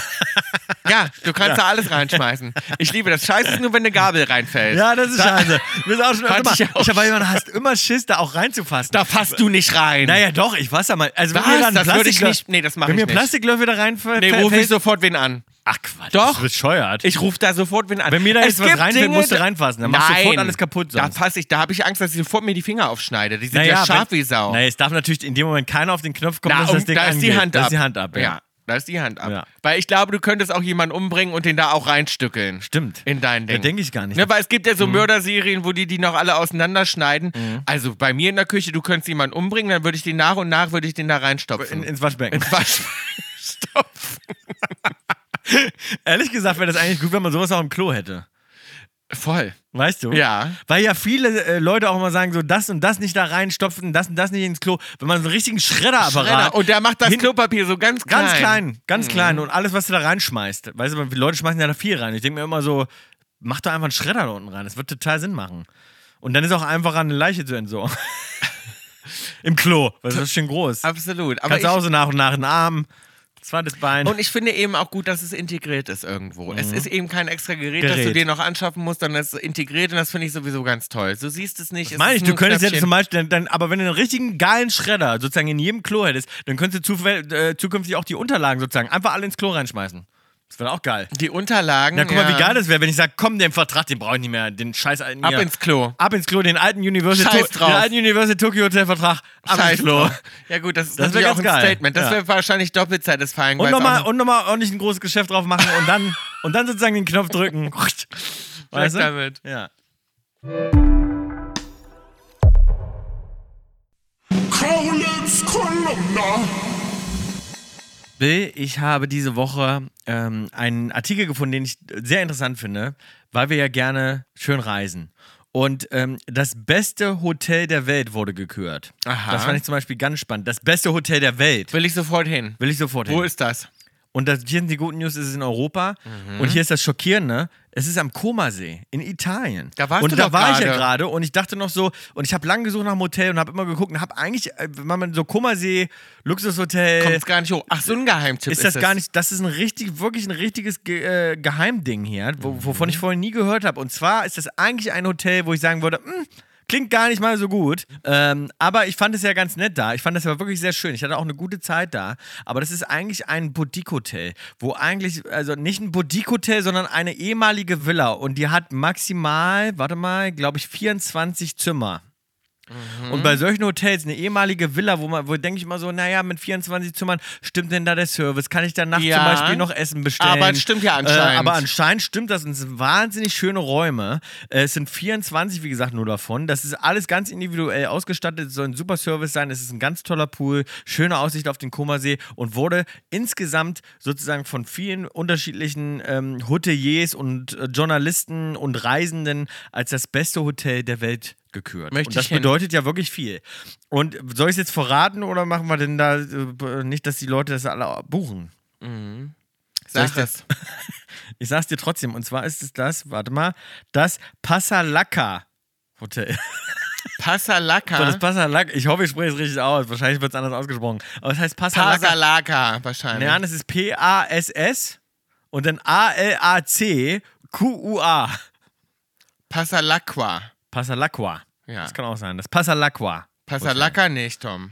Ja, du kannst da alles reinschmeißen. Ich liebe das. Scheiße ist nur, wenn eine Gabel reinfällt. Ja, das ist scheiße. Mir ist auch schon Hatte immer, ich ich auch habe immer, hast immer Schiss, da auch reinzufassen. Da fasst du nicht rein. Naja, doch, ich weiß ja mal. Also, wenn Was? mir dann Das würde ich Plastiklö- nicht- nee, das mach Wenn ich mir nicht. Plastiklöffel da reinfällt. Nee, rufe ich sofort wen an. Ach Quatz. Doch. Das ist bescheuert. Ich rufe da sofort wen an. Wenn mir da Es jetzt was gibt reinfällt, musst du da- reinfassen. Dann machst du Nein. sofort alles kaputt Da sonst. fasse ich, da habe ich Angst, dass ich sofort mir die Finger aufschneide. Die sind ja Naja, scharf wenn- wie Sau. Naja, es darf natürlich in dem Moment keiner auf den Knopf kommen, dass um- das Ding da ist die angeht. Hand ab. Da ist die Hand ab, ja. da ist die Hand ab. Ja. Weil ich glaube, du könntest auch jemanden umbringen und den da auch reinstückeln. Stimmt. In dein Ding. Da denk ich gar nicht. Mhm. Ne, weil es gibt ja so Mörderserien, wo die die noch alle auseinanderschneiden. Also bei mir in der Küche, du könntest jemanden umbringen, dann würde ich den nach und nach, würde ich den da reinstopfen. In, ins [LAUGHS] Waschbecken. Ins Wasch- Stopfen. [LAUGHS] Ehrlich gesagt wäre das eigentlich gut, wenn man sowas auch im Klo hätte. Voll. Weißt du? Ja. Weil ja viele äh, Leute auch immer sagen, so das und das nicht da reinstopfen, das und das nicht ins Klo. Wenn man so einen richtigen Schredderapparat. Schredder. Genau, Und der macht das Hin- Klopapier so ganz klein. Ganz klein, Mhm. ganz klein. Und alles, was du da reinschmeißt. Weißt du, die Leute schmeißen ja da viel rein. Ich denke mir immer so, mach doch einfach einen Schredder da unten rein. Das wird total Sinn machen. Und dann ist auch einfacher, eine Leiche zu entsorgen. [LAUGHS] Im Klo. Weil das ist schön groß. Absolut. Aber Kannst du ich- auch so nach und nach einen Arm, zweites Bein. Und ich finde eben auch gut, dass es integriert ist irgendwo. Es ist eben kein extra Gerät, das du Mhm. Gerät. dir noch anschaffen musst, sondern es ist integriert und das finde ich sowieso ganz toll. So siehst es nicht. es Meine ist ich, du nur ein könntest jetzt Knöpfchen. zum Beispiel, dann, dann, aber wenn du einen richtigen geilen Schredder sozusagen in jedem Klo hättest, dann könntest du zufäll- äh, zukünftig auch die Unterlagen sozusagen einfach alle ins Klo reinschmeißen. Das wäre auch geil. die Unterlagen. Na, guck ja. mal, wie geil das wäre, wenn ich sage, komm, den Vertrag, den brauche ich nicht mehr, den scheiß alten Ab hier. ins Klo. Ab ins Klo, den alten Universal, Scheiß To- drauf. Den alten Universal Tokyo Hotel Vertrag. Ab Scheiß ins Klo. drauf. Ja gut, das ist Das wär natürlich auch ein ganz geil. Statement. Das Ja. wäre wahrscheinlich Doppelzeit des Fallen. Und nochmal und noch mal ordentlich ein großes Geschäft drauf machen und dann, und dann sozusagen den Knopf [LAUGHS] drücken. weißt du? damit. Ja. Kaulitz Kolumna. Bill, ich habe diese Woche ähm, einen Artikel gefunden, den ich sehr interessant finde, weil wir ja gerne schön reisen. Und ähm, das beste Hotel der Welt wurde gekürt. Aha. Das fand ich zum Beispiel ganz spannend. Das beste Hotel der Welt. Will ich sofort hin. Will ich sofort hin. Wo ist das? Und das, hier sind die guten News, es ist in Europa. Mhm. Und hier ist das Schockierende, es ist am Komasee in Italien. Da warst und du da doch war ich ja gerade. gerade und ich dachte noch so, und ich habe lange gesucht nach einem Hotel und habe immer geguckt und habe eigentlich, äh, wenn man so Komasee, Luxushotel, Kommt es gar nicht hoch. Ach, so ein Geheimtipp ist, Äh, ist das gar nicht, das ist ein richtig, wirklich ein richtiges Ge äh, Geheimding hier, wo, wovon ich vorhin nie gehört habe. Und zwar ist das eigentlich ein Hotel, wo ich sagen würde, "Hm, klingt gar nicht mal so gut. Ähm, aber ich fand es ja ganz nett da. Ich fand das aber wirklich sehr schön. Ich hatte auch eine gute Zeit da. Aber das ist eigentlich ein Boutique-Hotel, wo eigentlich, also nicht ein Boutique-Hotel, sondern eine ehemalige Villa. Und die hat maximal, warte mal, glaube ich, 24 Zimmer. Und Mhm. bei solchen Hotels, eine ehemalige Villa, wo man, wo denke ich immer so, naja, mit 24 Zimmern, stimmt denn da der Service? Kann ich danach Ja. zum Beispiel noch Essen bestellen? Aber es stimmt ja anscheinend. Äh, aber anscheinend stimmt das. Und es sind wahnsinnig schöne Räume. Äh, es sind 24, wie gesagt, nur davon. Das ist alles ganz individuell ausgestattet. Es soll ein super Service sein. Es ist ein ganz toller Pool, schöne Aussicht auf den Komasee und wurde insgesamt sozusagen von vielen unterschiedlichen ähm, Hoteliers und äh, Journalisten und Reisenden als das beste Hotel der Welt gekürt. Möchte und das ich hin. bedeutet ja wirklich viel. Und soll ich es jetzt verraten oder machen wir denn da äh, nicht, dass die Leute das alle buchen? Sag Soll ich das. Ich sag's dir trotzdem. Und zwar ist es das, warte mal, das Passalacca Hotel. [LAUGHS] Passalaka. So, Das Passalacca, ich hoffe, ich spreche es richtig aus. Wahrscheinlich wird es anders ausgesprochen. Aber es heißt Passalacca. Passalaka wahrscheinlich. Nein, es ist P-A-S-S und dann A-L-A-C-Q-U-A. Passalakwa. Passalacqua. Ja. Das kann auch sein. Das Passalacqua. Passalaka nicht, Tom.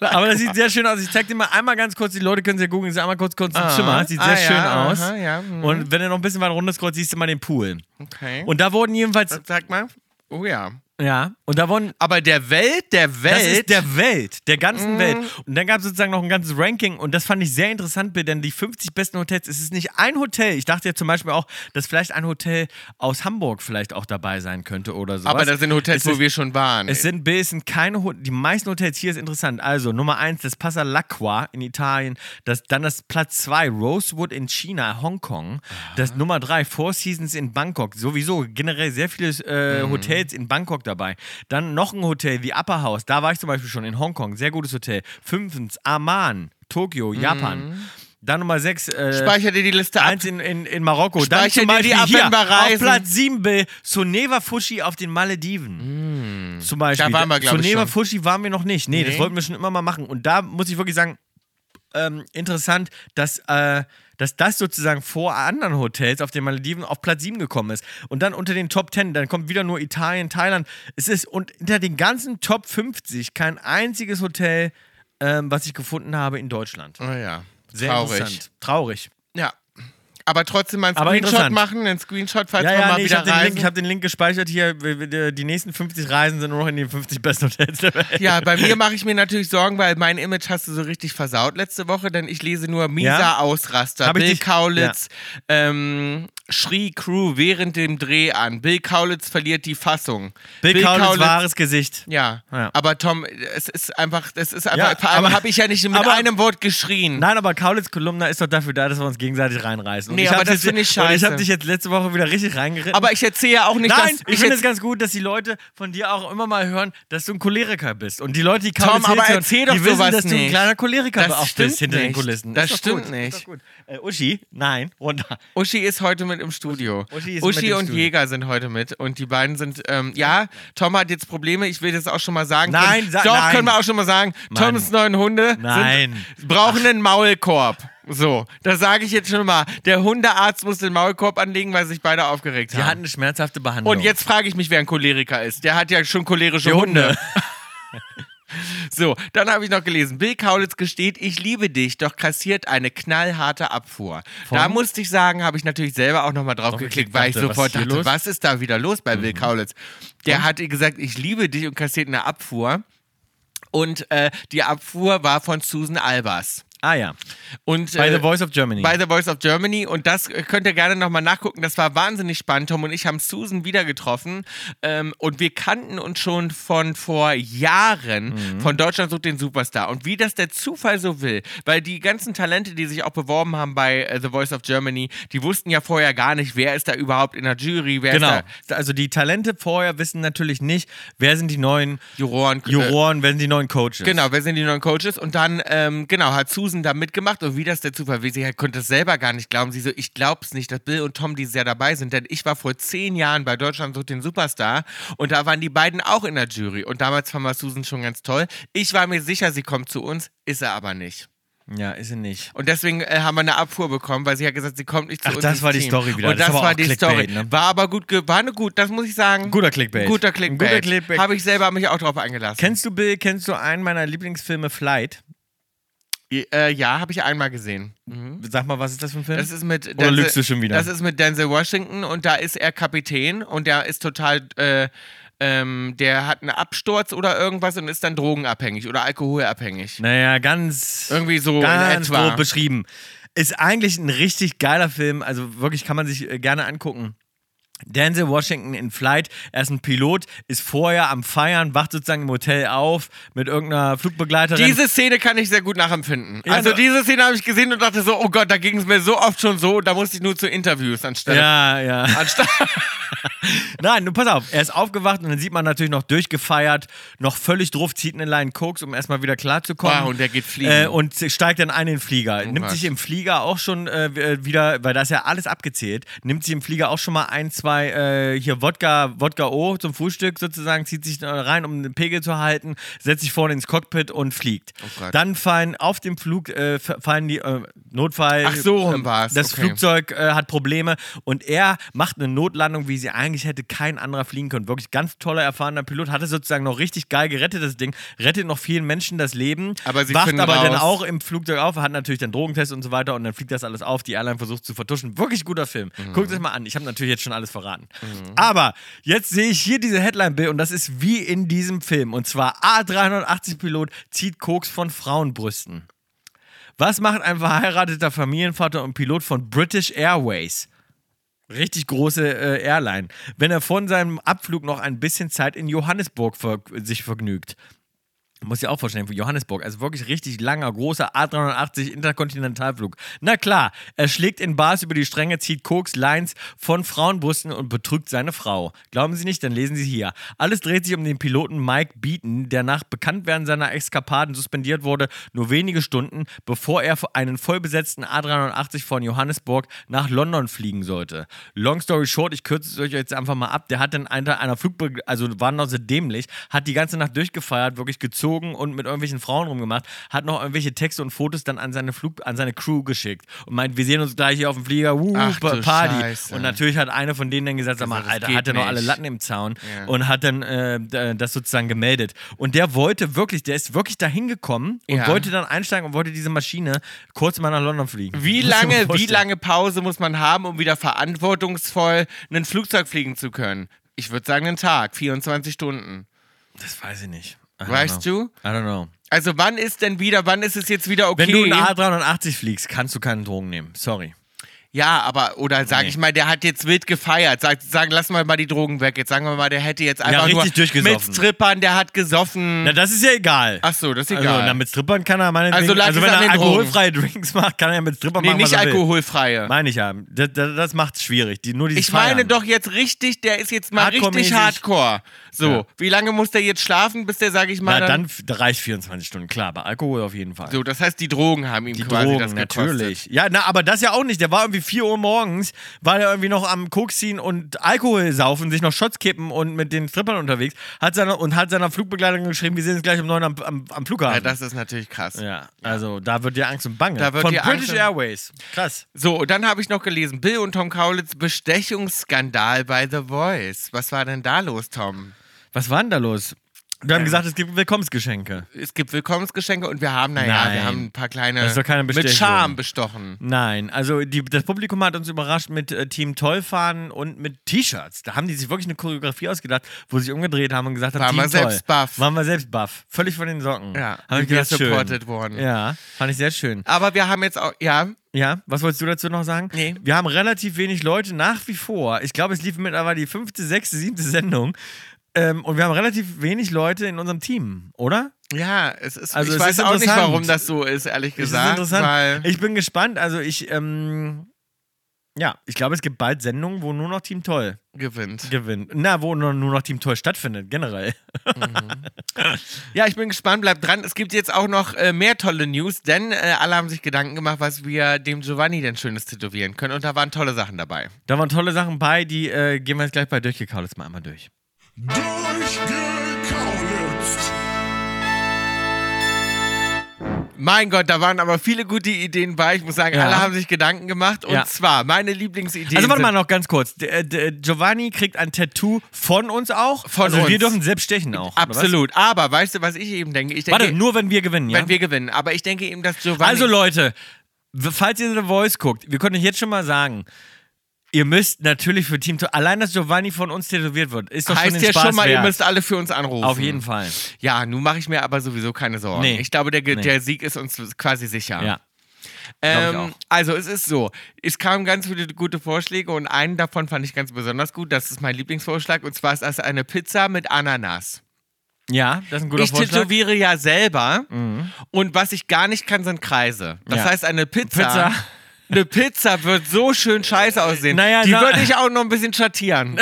Aber das sieht sehr schön aus. Ich zeig dir mal einmal ganz kurz, die Leute können es ja googeln, es ist einmal kurz kurz ein Ah. Zimmer. Sieht sehr Ah, ja, schön aha, aus. ja, mhm. Und wenn du noch ein bisschen weiter runter scrollst, siehst du mal den Pool. Okay. Und da wurden jedenfalls. sag mal. Oh ja. Ja. Und da wurden. Aber der Welt, der Welt. Mhm. Das ist der Welt, der ganzen Welt. Und dann gab es sozusagen noch ein ganzes Ranking und das fand ich sehr interessant, Bill, denn die 50 besten Hotels, es ist nicht ein Hotel. Ich dachte ja zum Beispiel auch, dass vielleicht ein Hotel aus Hamburg vielleicht auch dabei sein könnte oder sowas. aber das sind Hotels, Es wo ist- wir schon waren. Es sind Bill, es sind keine Ho die meisten Hotels hier ist interessant. Also Nummer 1 das Passalacqua in Italien, das dann das Platz 2 Rosewood in China, Hongkong, das Nummer 3 Four Seasons in Bangkok. Sowieso generell sehr viele äh, Hotels in Bangkok dabei. Dann noch ein Hotel, The Upper House, da war ich zum Beispiel schon in Hongkong, sehr gutes Hotel. Fünftens Amman, Tokio, Japan. Dann Nummer 6 äh, Speicher dir die Liste ab. Eins in, in, in Marokko. Dann Speicher zum dir die Beispiel ab, hier wenn wir reisen. auf Platz 7 Bill, Soneva Fushi auf den Malediven. Zum Beispiel. Hm. Da waren wir, glaub ich, Soneva schon. Fushi waren wir noch nicht. Nee, das Nee. wollten wir schon immer mal machen. Und da muss ich wirklich sagen, ähm, interessant, dass, äh, dass das sozusagen vor anderen Hotels auf den Malediven auf Platz 7 gekommen ist. Und dann unter den Top 10, dann kommt wieder nur Italien, Thailand. Es ist, und hinter den ganzen Top 50 kein einziges Hotel, ähm, was ich gefunden habe in Deutschland. oh ja. Sehr Traurig. interessant. Traurig. Ja. Aber trotzdem mal einen Aber Screenshot interessant. machen, einen Screenshot, falls Ja, wir ja, mal nee, ich wieder habe den, Link- reisen. ich hab den Link gespeichert hier. Wir- wir- Die nächsten 50 Reisen sind nur noch in den 50 besten Hotels der Welt. ja, bei mir mache ich mir natürlich Sorgen, weil mein Image hast du so richtig versaut letzte Woche, denn ich lese nur mieser Ja? Ausraster. Hab ich Bill dich- Kaulitz ähm, schrie Crew während dem Dreh an. Bill Kaulitz verliert die Fassung. Bill, Kaulitz, wahres Gesicht. Ja, Ja. aber Tom, es ist einfach, es ist einfach, Ja, vor allem aber- habe ich ja nicht mit aber- einem Wort geschrien. Nein, aber Kaulitz Kolumna ist doch dafür da, dass wir uns gegenseitig reinreißen. Leistung. Nee, ich aber hab das jetzt- finde ich und Ich scheiße. habe dich jetzt letzte Woche wieder richtig reingeritten. Aber ich erzähle auch nicht, Nein, dass ich finde es jetzt- ganz gut, dass die Leute von dir auch immer mal hören, dass du ein Choleriker bist. Und die Leute, die kaum Tom, das jetzt aber hören, erzähl die doch wissen, sowas dass du ein nicht. kleiner Choleriker Das auch stimmt bist hinter den nicht. Kulissen. Das Ist doch stimmt gut, ist doch nicht. gut. Äh, Uschi, nein, runter. Uschi ist heute mit im Studio. Uschi Uschi, ist mit im und Studio. Jäger sind heute mit und die beiden sind, ähm, ja, Tom hat jetzt Probleme, ich will das auch schon mal sagen. Nein, können, sa- Doch, nein. können wir auch schon mal sagen, Mann. Toms neuen Hunde Nein. Sind, brauchen einen Maulkorb. So, das sage ich jetzt schon mal. Der Hundearzt muss den Maulkorb anlegen, weil sich beide aufgeregt Die haben. hatten eine schmerzhafte Behandlung. Und jetzt frage ich mich, wer ein Choleriker ist. Der hat ja schon cholerische Hunde. [LAUGHS] So, dann habe ich noch gelesen. Bill Kaulitz gesteht, ich liebe dich, doch kassiert eine knallharte Abfuhr. Da musste ich sagen, habe ich natürlich selber auch nochmal drauf geklickt, weil ich dachte, was sofort ist hier dachte, los? Mhm. was ist da wieder los bei Bill Kaulitz? Der hat ihr gesagt, ich liebe dich und kassiert eine Abfuhr. Und äh, die Abfuhr war von Susan Albers. Ah ja. Und, By äh, the Voice of Germany. By the Voice of Germany. Und das äh, könnt ihr gerne nochmal nachgucken. Das war wahnsinnig spannend. Tom und ich haben Susan wieder getroffen. Ähm, und wir kannten uns schon von vor Jahren von Deutschland sucht den Superstar. Und wie das der Zufall so will, weil die ganzen Talente, die sich auch beworben haben bei äh, The Voice of Germany, die wussten ja vorher gar nicht, wer ist da überhaupt in der Jury, wer genau. ist da Also die Talente vorher wissen natürlich nicht, wer sind die neuen Juroren. äh, Juroren, wer sind die neuen Coaches. Genau, wer sind die neuen Coaches? Und dann, ähm, genau, hat Susan da mitgemacht und wie das der Zufall will, sie halt- konnte es selber gar nicht glauben. Sie so, ich glaub's nicht, dass Bill und Tom dieses Jahr dabei sind, denn ich war vor zehn Jahren bei Deutschland sucht den Superstar und da waren die beiden auch in der Jury und damals fand man Susan schon ganz toll. Ich war mir sicher, sie kommt zu uns, ist er aber nicht. Ja, ist sie nicht. Und deswegen äh, haben wir eine Abfuhr bekommen, weil sie hat gesagt, sie kommt nicht zu Ach, uns. das ins war die Team. Story wieder. Und Das das, ist aber war auch die Clickbait, Story. ne? War aber gut, ge- war eine gut, das muss ich sagen. Guter Clickbait. Guter Ein Clickbait. guter Clickbait. Habe ich selber mich auch drauf eingelassen. Kennst du Bill, kennst du einen meiner Lieblingsfilme Flight? äh, ja, habe ich einmal gesehen. Sag mal, was ist das für ein Film? Hm? Das ist mit Denzel, lügst du schon wieder? Das ist mit Denzel Washington und da ist er Kapitän und der ist total, äh, ähm, der hat einen Absturz oder irgendwas und ist dann drogenabhängig oder alkoholabhängig. naja, ganz Irgendwie so ganz in etwa. grob beschrieben. Ist eigentlich ein richtig geiler Film, also wirklich kann man sich äh, gerne angucken. Denzel Washington in Flight, er ist ein Pilot, ist vorher am Feiern, wacht sozusagen im Hotel auf mit irgendeiner Flugbegleiterin. Diese Szene kann ich sehr gut nachempfinden. Also ne? diese Szene habe ich gesehen und dachte so, oh Gott, da ging es mir so oft schon so, da musste ich nur zu Interviews anstelle. ja, ja. Anstatt [LAUGHS] Nein, nun pass auf, er ist aufgewacht und dann sieht man natürlich noch durchgefeiert, noch völlig drauf, zieht eine Line Koks, um erstmal wieder klarzukommen. Ah, und der geht fliegen. Oh Äh, und steigt dann ein in den Flieger. nimmt Gott. sich im Flieger auch schon äh, wieder, weil da ist ja alles abgezählt, nimmt sich im Flieger auch schon mal ein, zwei äh, hier Wodka, Wodka O zum Frühstück sozusagen, zieht sich da rein, um den Pegel zu halten, setzt sich vorne ins Cockpit und fliegt. Oh Gott. dann fallen auf dem Flug, äh, fallen die äh, Notfall. Ach, so rum äh, war's, Das okay. Flugzeug. Flugzeug äh, hat Probleme und er macht eine Notlandung, wie sie eigentlich hätte kein anderer fliegen können. Wirklich ganz toller, erfahrener Pilot, hatte sozusagen noch richtig geil gerettet, das Ding, rettet noch vielen Menschen das Leben, Aber sie wacht finden aber dann raus- auch im Flugzeug auf, hat natürlich dann Drogentest und so weiter und dann fliegt das alles auf, die Airline versucht zu vertuschen. Wirklich guter Film. Mhm. Guckt euch mal an, ich habe natürlich jetzt schon alles verraten. Aber jetzt sehe ich hier diese Headline-Bild und das ist wie in diesem Film und zwar A380-Pilot zieht Koks von Frauenbrüsten. Was macht ein verheirateter Familienvater und Pilot von British Airways? Richtig große äh, Airline. Wenn er von seinem Abflug noch ein bisschen Zeit in Johannesburg ver sich vergnügt. Muss ja auch vorstellen, für Johannesburg. Also wirklich richtig langer, großer A380 Interkontinentalflug. Na klar, er schlägt in Bars über die Stränge, zieht Koks, Lines von Frauenbrüsten und betrügt seine Frau. Glauben Sie nicht? Dann lesen Sie hier. Alles dreht sich um den Piloten Mike Beaton, der nach Bekanntwerden seiner Eskapaden suspendiert wurde, nur wenige Stunden, bevor er einen vollbesetzten A380 von Johannesburg nach London fliegen sollte. Long story short, ich kürze es euch jetzt einfach mal ab. Der hat dann einer, einer Flugbe also war noch so dämlich, hat die ganze Nacht durchgefeiert, wirklich gezogen und mit irgendwelchen Frauen rumgemacht, hat noch irgendwelche Texte und Fotos dann an seine Flug an seine Crew geschickt und meint, wir sehen uns gleich hier auf dem Flieger, wuh, Ach Pa- du Party. Scheiße. Und natürlich hat eine von denen dann gesagt, sag mal, Gesagt, das Alter, geht hat er noch nicht. alle Latten im Zaun Ja. und hat dann äh, d- das sozusagen gemeldet. Und der wollte wirklich, der ist wirklich dahin gekommen und Ja. wollte dann einsteigen und wollte diese Maschine kurz mal nach London fliegen. wie Muss ich mir lange, wie vorstellen. lange Pause muss man haben, um wieder verantwortungsvoll ein Flugzeug fliegen zu können? Ich würde sagen, einen Tag, 24 Stunden. Das weiß ich nicht. I don't Weißt know. du? I don't know. Also wann ist denn wieder, wann ist es jetzt wieder okay? Wenn du einen A380 fliegst, kannst du keinen Drogen nehmen. Sorry. Ja, aber, oder sag ich mal, der hat jetzt wild gefeiert. Sag, sagen, lassen wir mal die Drogen weg. Jetzt sagen wir mal, der hätte jetzt einfach nur richtig durchgesoffen. mit Strippern, der hat gesoffen. Na, das ist ja egal. Ach so, das ist Also, egal. na, mit Strippern kann er meinetwegen. Also, lag also es wenn an er den alkoholfreie Drinks macht, kann er mit Strippern nee, machen. nicht was er will. alkoholfreie. Meine ich ja. Das, das, das macht's schwierig. Die, nur dieses Ich meine Feiern. doch jetzt richtig, der ist jetzt mal richtig Hardcore-mäßig. hardcore. So, Ja. wie lange muss der jetzt schlafen, bis der, sag ich mal, Na, dann f- da reicht 24 Stunden, klar. Bei Alkohol auf jeden Fall. So, das heißt, die Drogen haben ihm die quasi Drogen, das gekostet. natürlich. Ja, na, aber das ja auch nicht. Der war irgendwie 4 Uhr morgens, war der irgendwie noch am Koksin und Alkohol saufen, sich noch Shots kippen und mit den Strippern unterwegs. Hat seiner, und hat seiner Flugbegleitung geschrieben, wir sehen uns gleich um 9 am, am, am Flughafen. Ja, das ist natürlich krass. Ja, also da wird dir Angst und Bange. Da wird Von dir British Angst und- Airways. Krass. So, und dann habe ich noch gelesen, Bill und Tom Kaulitz Bestechungsskandal bei The Voice. Was war denn da los, Tom? Was war denn da los? Wir Ähm. haben gesagt, es gibt Willkommensgeschenke. Es gibt Willkommensgeschenke und wir haben, naja, wir Nein. haben ein paar kleine Das ist doch keine mit Bestechung. Charme bestochen. Nein, also die, das Publikum hat uns überrascht mit äh, Team Tollfahren und mit T-Shirts. Da haben die sich wirklich eine Choreografie ausgedacht, wo sie sich umgedreht haben und gesagt haben, Waren Team wir selbst Toll. baff. Waren wir selbst baff. Völlig von den Socken. Ja, Hab wie ich wir gedacht, schön. supported worden. Ja, fand ich sehr schön. Aber wir haben jetzt auch, ja, Ja, was wolltest du dazu noch sagen? Nee. Wir haben relativ wenig Leute nach wie vor. Ich glaube, es lief mittlerweile die fünfte, sechste, siebte Sendung. Ähm, und wir haben relativ wenig Leute in unserem Team, oder? ja, es ist, Also ich es weiß ist auch nicht, interessant. warum das so ist, ehrlich Das ist gesagt. Weil interessant. Ich bin gespannt. Also ich, ähm, ja, ich glaube, es gibt bald Sendungen, wo nur noch Team Toll gewinnt. gewinnt. Na, wo nur, nur noch Team Toll stattfindet, generell. Ja, ich bin gespannt, bleibt dran. Es gibt jetzt auch noch äh, mehr tolle News, denn äh, alle haben sich Gedanken gemacht, was wir dem Giovanni denn Schönes tätowieren können. Und da waren tolle Sachen dabei. Da waren tolle Sachen bei, die äh, gehen wir jetzt gleich bei durchgekaulitzt mal einmal durch. Durchgekaulitzt. Mein Gott, da waren aber viele gute Ideen bei. Ich muss sagen, Ja. alle haben sich Gedanken gemacht. Und Ja. zwar, meine Lieblingsidee. Also warte mal noch ganz kurz. D äh, d Giovanni kriegt ein Tattoo von uns auch. Von also wir uns. dürfen selbst stechen auch. oder was? Absolut. Aber weißt du, was ich eben denke? Ich denke, Warte, nur wenn wir gewinnen, ja? wenn wir gewinnen. Aber ich denke eben, dass Giovanni. also Leute, w- falls ihr The Voice guckt, wir können euch jetzt schon mal sagen, ihr müsst natürlich für Team Toll, allein dass Giovanni von uns tätowiert wird, ist doch schon heißt den ja Spaß schon mal, ihr wert. müsst alle für uns anrufen. Auf jeden Fall. Ja, nun mache ich mir aber sowieso keine Sorgen. Nee. Ich glaube, der, Ge- Nee. der Sieg ist uns quasi sicher. Ja. Glaub ich Ähm, auch. also es ist so, es kamen ganz viele gute Vorschläge und einen davon fand ich ganz besonders gut. Das ist mein Lieblingsvorschlag und zwar ist das eine Pizza mit Ananas. Ja, das ist ein guter ich Vorschlag. Mhm. tätowiere ja selber und was ich gar nicht kann, sind Kreise. Das Ja. heißt, eine Pizza. Pizza. Eine Pizza wird so schön scheiße aussehen. [LAUGHS] Naja, Die na- würde ich auch noch ein bisschen schattieren.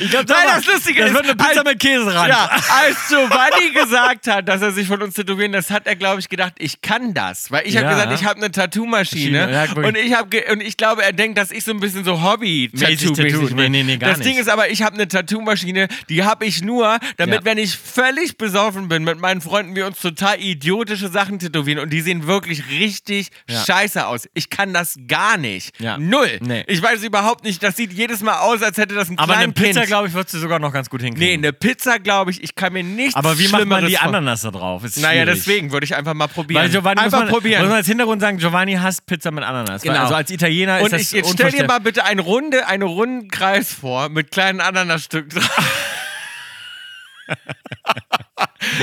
Ich glaube, Nein, das Lustige das ist, halt wird eine Pizza mit Käse ran. Ja, als Giovanni gesagt hat, dass er sich von uns tätowieren lässt, hat er, glaube ich, gedacht, ich kann das. Weil ich habe Ja. gesagt, ich habe eine Tattoo-Maschine. Maschine, ja, wirklich. und, ich hab ge- und ich glaube, er denkt, dass ich so ein bisschen so Mäßig Hobby-Tattoo Tattoo. bin. Nee, nee, nee, gar das Ding nicht. ist aber, ich habe eine Tattoo-Maschine, die habe ich nur, damit, Ja. wenn ich völlig besoffen bin, mit meinen Freunden wir uns total idiotische Sachen tätowieren. Und die sehen wirklich richtig Ja. scheiße aus. Ich kann das gar nicht. Ja. Null. Nee. Ich weiß überhaupt nicht. Das sieht jedes Mal aus, als hätte das ein Aber eine Kleinkind Pizza, glaube ich, würdest du sogar noch ganz gut hinkriegen. Nee, eine Pizza, glaube ich, ich kann mir nichts Aber wie macht man Schlimmeres die vor- Ananas da drauf? Ist Naja, schwierig. deswegen würde ich einfach mal probieren. Weil Giovanni einfach muss man, Muss probieren. man als Hintergrund sagen, Giovanni hasst Pizza mit Ananas. Weil Genau. Also als Italiener ist und das ich, jetzt stell dir unvorstellbar- mal bitte einen runde, einen runden Kreis vor mit kleinen Ananasstücken [LAUGHS] drauf.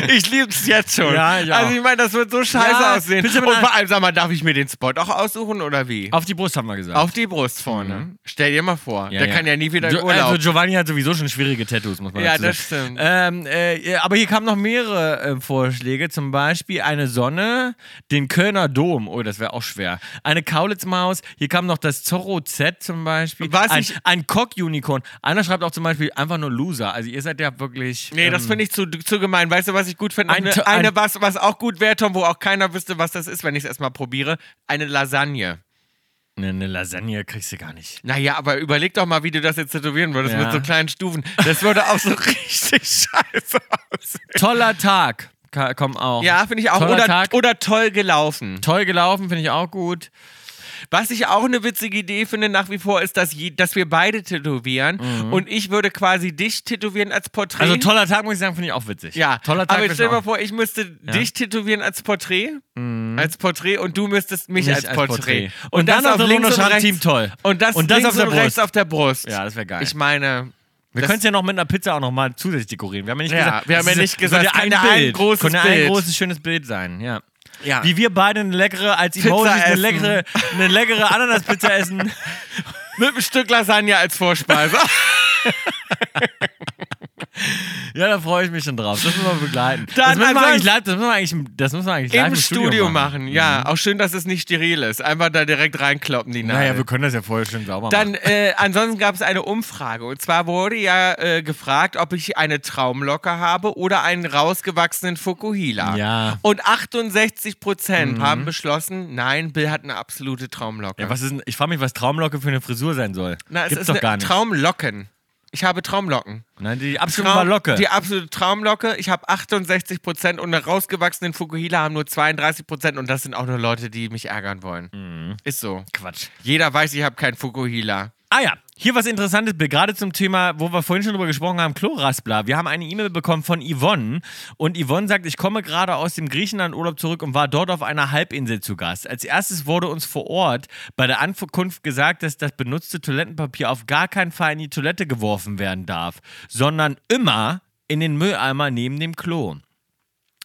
ich liebe es jetzt schon. Ja, ich auch. also ich meine, das wird so scheiße Ja, aussehen. bitte Und mit einer- vor allem, sag mal, darf ich mir den Spot auch aussuchen oder wie? Auf die Brust haben wir gesagt. Auf die Brust vorne. Mhm. Stell dir mal vor, der kann ja nie wieder in Jo- Urlaub. Also Giovanni hat sowieso schon schwierige Tattoos, muss man Ja, dazu sagen. das stimmt. Ähm, äh, aber hier kamen noch mehrere äh, Vorschläge, zum Beispiel eine Sonne, den Kölner Dom, oh, das wäre auch schwer, eine Kaulitzmaus, hier kam noch das Zorro Z zum Beispiel, Was ein, ich- ein Cock-Unicorn, einer schreibt auch zum Beispiel einfach nur Loser, also ihr seid ja wirklich... Nee, ähm, das finde ich zu, zu gemein. Weißt du, was ich gut finde? Ein Eine, To- eine ein- was, was auch gut wäre, Tom, wo auch keiner wüsste, was das ist, wenn ich es erstmal probiere. Eine Lasagne. ne, eine Lasagne kriegst du gar nicht. Naja, aber überleg doch mal, wie du das jetzt tätowieren würdest Ja. mit so kleinen Stufen. Das würde auch [LAUGHS] so richtig scheiße aussehen. Toller Tag, Ka komm auch. Ja, finde ich auch. Toller Oder, Tag. oder toll gelaufen. Toll gelaufen, finde ich auch gut. Was ich auch eine witzige Idee finde nach wie vor, ist, dass, je, dass wir beide tätowieren. Und ich würde quasi dich tätowieren als Porträt. Mhm. Also toller Tag, muss ich sagen, finde ich auch witzig. Ja, toller Tag. aber ist jetzt stell dir auch- mal vor, ich müsste dich tätowieren als Porträt, als Porträt und du müsstest mich Nicht als Mhm. als Porträt. Porträt. Und dann auf der Lungenschrank rechts- Team Toll. Und das, Und das links auf der und Brust. rechts auf der Brust. Ja, das wäre geil. Ich meine, wir das- können es ja noch mit einer Pizza auch nochmal zusätzlich dekorieren. Wir haben ja nicht Ja, gesagt, wir haben ja es ist- nicht gesagt, es soll es kann ja ein großes Könnte ein Bild. großes, schönes Bild sein, ja. Ja. Wie wir beide eine leckere, als Pizza Emojis eine essen. leckere, eine leckere [LAUGHS] Ananaspizza essen. Mit einem Stück Lasagne als [LAUGHS] Vorspeise. Ja, da freue ich mich schon drauf. Das müssen wir begleiten. Dann das, müssen wir ansonsten- eigentlich live, das müssen wir eigentlich, das müssen wir eigentlich live Im Studio machen. Ja, Mhm. auch schön, dass es nicht steril ist. Einfach da direkt reinkloppen, die Nadel. Naja, wir können das ja vorher schon sauber Dann, machen. äh, ansonsten gab es eine Umfrage. Und zwar wurde ja äh, gefragt, ob ich eine Traumlocke habe oder einen rausgewachsenen Fukuhila. Ja. Mhm. Und 68 Prozent haben beschlossen, nein, Bill hat eine absolute Traumlocke. Ja, was ist denn, ich frage mich, was Traumlocke für eine Frisur sein soll. Na, es Gibt's ist doch eine gar nicht. Traumlocken. Ich habe Traumlocken. Nein, die absolute Traum, Traum, Locke. Die absolute Traumlocke. Ich habe 68 Prozent und eine rausgewachsenen Fukuhila haben nur 32 Prozent. Und das sind auch nur Leute, die mich ärgern wollen. Mhm. Ist so. Quatsch. Jeder weiß, ich habe keinen Fukuhila. Ah ja, hier was Interessantes, Bill, gerade zum Thema, wo wir vorhin schon drüber gesprochen haben, Chloraspler. Wir haben eine E-Mail bekommen von Yvonne und Yvonne sagt, ich komme gerade aus dem Griechenlandurlaub zurück und war dort auf einer Halbinsel zu Gast. Als erstes wurde uns vor Ort bei der Ankunft gesagt, dass das benutzte Toilettenpapier auf gar keinen Fall in die Toilette geworfen werden darf, sondern immer in den Mülleimer neben dem Klo.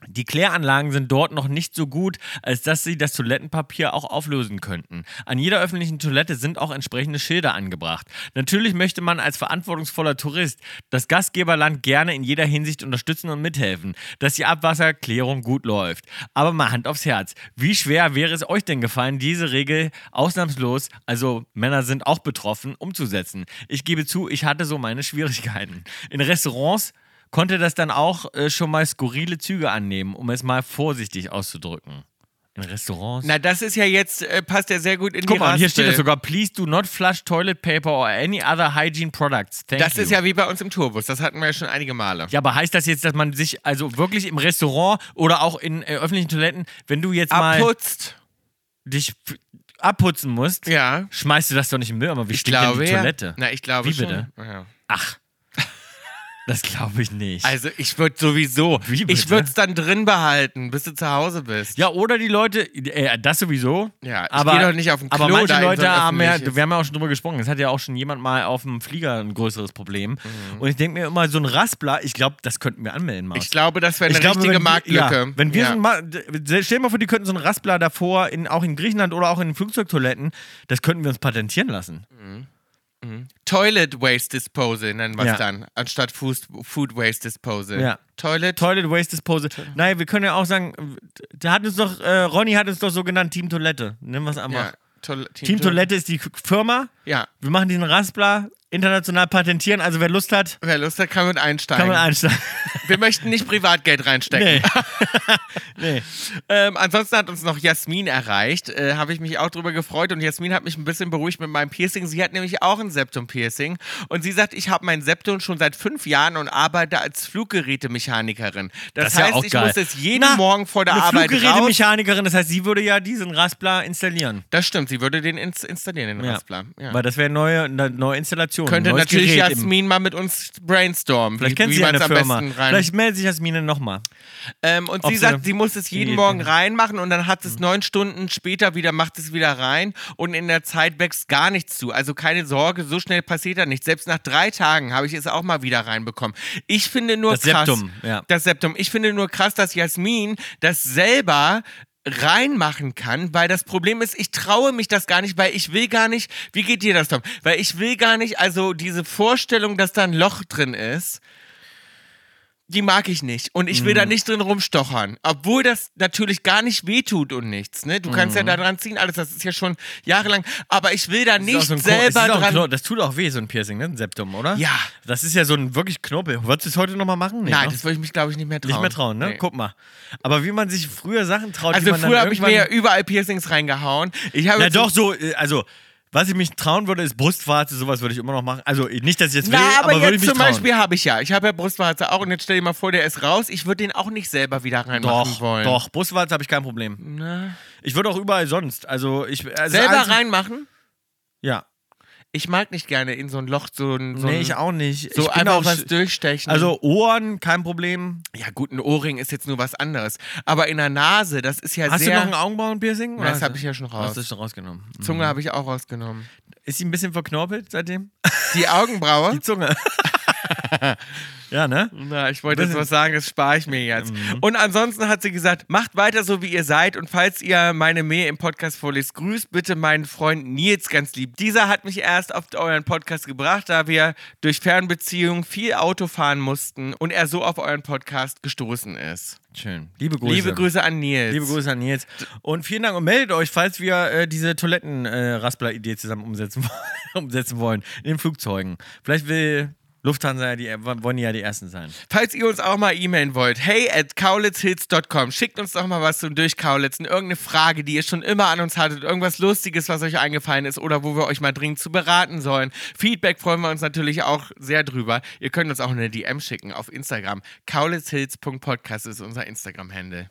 Die Kläranlagen sind dort noch nicht so gut, als dass sie das Toilettenpapier auch auflösen könnten. An jeder öffentlichen Toilette sind auch entsprechende Schilder angebracht. Natürlich möchte man als verantwortungsvoller Tourist das Gastgeberland gerne in jeder Hinsicht unterstützen und mithelfen, dass die Abwasserklärung gut läuft. Aber mal Hand aufs Herz. Wie schwer wäre es euch denn gefallen, diese Regel ausnahmslos, also Männer sind auch betroffen, umzusetzen? Ich gebe zu, ich hatte so meine Schwierigkeiten. In Restaurants konnte das dann auch äh, schon mal skurrile Züge annehmen, um es mal vorsichtig auszudrücken. In Restaurants. Na, das ist ja jetzt, äh, passt ja sehr gut in Guck die mal, und hier Raspel. steht das sogar: Please do not flush toilet paper or any other hygiene products. Thank Das you. ist ja wie bei uns im Tourbus. Das hatten wir ja schon einige Male. Ja, aber heißt das jetzt, dass man sich also wirklich im Restaurant oder auch in äh, öffentlichen Toiletten, wenn du jetzt mal Abputzt. dich f- abputzen musst, Ja. schmeißt du das doch nicht im Müll, aber wie Ich steht denn glaube die ja. Toilette? Na, ich glaube Wie schon. bitte? Ja. Ach. [LAUGHS] Das glaube ich nicht. Also ich würde sowieso, Wie bitte? ich würde es dann drin behalten, bis du zu Hause bist. Ja, oder die Leute, äh, das sowieso. Ja, ich aber, geh doch nicht auf den Aber Klo manche da in so ein Leute haben ja, öffentliches. wir haben ja auch schon drüber gesprochen, es hat ja auch schon jemand mal auf dem Flieger ein größeres Problem. Und ich denke mir immer, so ein Raspler, ich glaube, das könnten wir anmelden, Maus. Mhm. Ich glaube, das wäre eine Ich glaube, richtige wenn wir- Marktlücke. Ja, wenn wir Ja. so ein Ma- d- stell dir mal vor, die könnten so einen Raspler davor, in, auch in Griechenland oder auch in den Flugzeugtoiletten, das könnten wir uns patentieren lassen. Mhm. Toilet Waste Disposal nennen wir es Ja. dann, anstatt Food, Food Waste Disposal. Ja. Toilet. Toilet Waste Disposal. Naja, wir können ja auch sagen, der hat uns doch, äh, Ronny hat uns doch so genannt, Team Toilette. Nennen wir es ja, einfach. Toil- Team Toilette ist die Firma. Ja. Wir machen diesen Raspler international patentieren. Also wer Lust hat, Wer Lust hat, kann mit einsteigen. kann man einsteigen. [LAUGHS] Wir möchten nicht Privatgeld reinstecken. [LAUGHS] nee. nee. Ähm, ansonsten hat uns noch Jasmin erreicht. Äh, Habe ich mich auch drüber gefreut und Jasmin hat mich ein bisschen beruhigt mit meinem Piercing. Sie hat nämlich auch ein Septum-Piercing und sie sagt, ich habe mein Septum schon seit fünf Jahren und arbeite als Fluggerätemechanikerin. Das, Das ist heißt, ja auch ich geil. muss es jeden Na, Morgen vor der Eine Arbeit raus. Fluggerätemechanikerin, das heißt, sie würde ja diesen Raspler installieren. Das stimmt, sie würde den ins installieren, den Raspler. Ja. Weil das wäre neue, eine neue Installation. Könnte neues natürlich Gerät im- Jasmin mal mit uns brainstormen, Vielleicht wie, kennt wie sie ja man eine es am Firma. besten rein Vielleicht meldet sich Jasmine nochmal. Ähm, und Ob sie sie- sagt, sie muss es jeden Nee, Morgen nee. reinmachen und dann hat Mhm. es neun Stunden später wieder, macht es wieder rein und in der Zeit wächst gar nichts zu. Also keine Sorge, so schnell passiert da nichts. Selbst nach drei Tagen habe ich es auch mal wieder reinbekommen. Ich finde nur Das krass. Septum, ja. Das Septum. Ich finde nur krass, dass Jasmin das selber reinmachen kann, weil das Problem ist, ich traue mich das gar nicht, weil ich will gar nicht, wie geht dir das, Tom? Weil ich will gar nicht, also diese Vorstellung, dass da ein Loch drin ist, die mag ich nicht. Und ich will Mhm. da nicht drin rumstochern. Obwohl das natürlich gar nicht wehtut und nichts. Ne? Du kannst ja Mhm. da dran ziehen, alles, das ist ja schon jahrelang. Aber ich will da nicht Ist auch so ein Kno- es ist selber auch ein Kno- dran. das tut auch weh, so ein Piercing, ne? Ein Septum, oder? Ja. Das ist ja so ein wirklich Knorpel. Wolltest du es heute nochmal machen? Nee, Nein, ne? das würde ich mich, glaube ich, nicht mehr trauen. nicht mehr trauen, ne? Nee. Guck mal. Aber wie man sich früher Sachen traut, die Also man früher dann habe ich irgendwann... mir ja überall Piercings reingehauen. Ich habe Na zum- doch, so, äh, also, was ich mich trauen würde, ist Brustwarze, sowas würde ich immer noch machen. Also, äh, nicht, dass ich jetzt will, Na, aber, aber, würde ich jetzt mich zum trauen. Beispiel habe ich ja. Ich habe ja Brustwarze auch und jetzt stell dir mal vor, der ist raus. Ich würde den auch nicht selber wieder reinmachen doch, wollen. ne? doch, Brustwarze habe ich kein Problem. Ich würde auch überall sonst, also ich... Also Selber einzig- reinmachen? Ja. Ich mag nicht gerne in so ein Loch so ein. So nee, ein ich auch nicht. Mhm. So ich bin einfach auch was durchstechen. Also Ohren, kein Problem. Ja, gut, ein Ohrring ist jetzt nur was anderes. Aber in der Nase, das ist ja Hast sehr. du noch ein Augenbrauenpiercing? das habe ich ja schon raus. Hast du schon rausgenommen. Zunge habe ich auch rausgenommen. Ist sie ein bisschen verknorpelt seitdem? [LAUGHS] Die Augenbraue? Die Zunge. [LAUGHS] Ja, ne? Na, ich wollte jetzt was sagen, das spare ich mir jetzt. Mhm. Und ansonsten hat sie gesagt, macht weiter so, wie ihr seid. Und falls ihr meine Mail im Podcast vorlest, grüßt bitte meinen Freund Nils ganz lieb. Dieser hat mich erst auf euren Podcast gebracht, da wir durch Fernbeziehung viel Auto fahren mussten und er so auf euren Podcast gestoßen ist. Schön. Liebe Grüße. Liebe Grüße an Nils. Liebe Grüße an Nils. Und vielen Dank und meldet euch, falls wir äh, diese Toilettenraspler-Idee zusammen umsetzen, wollen- [LAUGHS] umsetzen wollen in den Flugzeugen. Vielleicht will Lufthansa ja die, äh, wollen die ja die Ersten sein. Falls ihr uns auch mal e-mailen wollt, hey at kaulitzhits.com, schickt uns doch mal was zum Durchkaulitzen, irgendeine Frage, die ihr schon immer an uns hattet, irgendwas Lustiges, was euch eingefallen ist oder wo wir euch mal dringend zu beraten sollen. Feedback freuen wir uns natürlich auch sehr drüber. Ihr könnt uns auch eine DM schicken auf Instagram. kaulitzhits.podcast ist unser Instagram-Handle.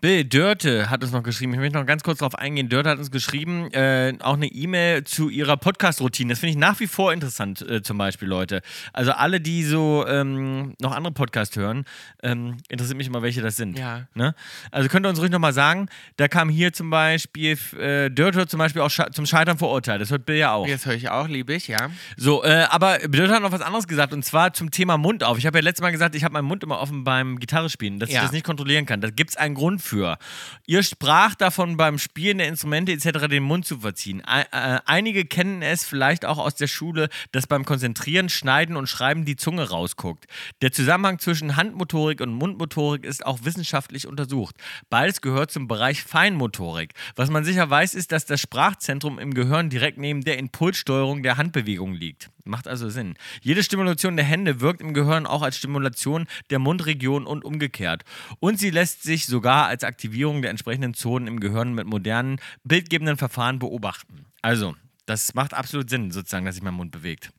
Bill Dörte hat uns noch geschrieben. Ich möchte noch ganz kurz darauf eingehen. Dörte hat uns geschrieben, äh, auch eine E-Mail zu ihrer Podcast-Routine. Das finde ich nach wie vor interessant, äh, zum Beispiel, Leute. Also alle, die so ähm, noch andere Podcasts hören, ähm, interessiert mich immer, welche das sind. Ja. Ne? Also könnt ihr uns ruhig nochmal sagen, da kam hier zum Beispiel, f- äh, Dörte wird zum Beispiel auch sche zum Scheitern verurteilt. Das hört Bill ja auch. Jetzt höre ich auch, liebe ich, ja. So, äh, aber Dörte hat noch was anderes gesagt und zwar zum Thema Mund auf. Ich habe ja letztes Mal gesagt, ich habe meinen Mund immer offen beim Gitarrespielen, dass Ja. ich das nicht kontrollieren kann. Da gibt es einen Grund für. Ihr sprach davon, beim Spielen der Instrumente etc. den Mund zu verziehen. Ei- äh, einige kennen es vielleicht auch aus der Schule, dass beim Konzentrieren, Schneiden und Schreiben die Zunge rausguckt. Der Zusammenhang zwischen Handmotorik und Mundmotorik ist auch wissenschaftlich untersucht. Beides gehört zum Bereich Feinmotorik. Was man sicher weiß, ist, dass das Sprachzentrum im Gehirn direkt neben der Impulssteuerung der Handbewegung liegt. Macht also Sinn. Jede Stimulation der Hände wirkt im Gehirn auch als Stimulation der Mundregion und umgekehrt. Und sie lässt sich sogar als Aktivierung der entsprechenden Zonen im Gehirn mit modernen, bildgebenden Verfahren beobachten. Also, das macht absolut Sinn, sozusagen, dass sich mein Mund bewegt.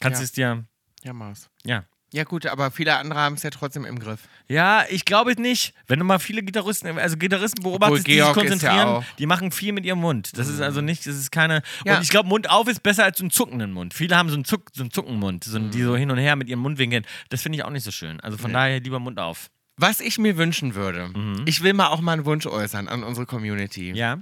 Kannst Ja. du es dir. Ja, Maus. Ja. Ja gut, aber viele andere haben es ja trotzdem im Griff. Ja, ich glaube nicht. Wenn du mal viele Gitarristen, also Gitarristen beobachtest, die sich Georg ist ja konzentrieren, auch. Mhm. die machen viel mit ihrem Mund. Das ist also nicht, das ist keine. Ja. Und ich glaube, Mund auf ist besser als so einen zuckenden Mund. Viele haben so einen, Zuck, so einen Zuckenmund, so einen, die Mhm. so hin und her mit ihrem Mund winkeln. Das finde ich auch nicht so schön. Also von daher lieber Mund auf. Was ich mir wünschen würde, ich will mal auch mal einen Wunsch äußern an unsere Community. Mhm. Ja.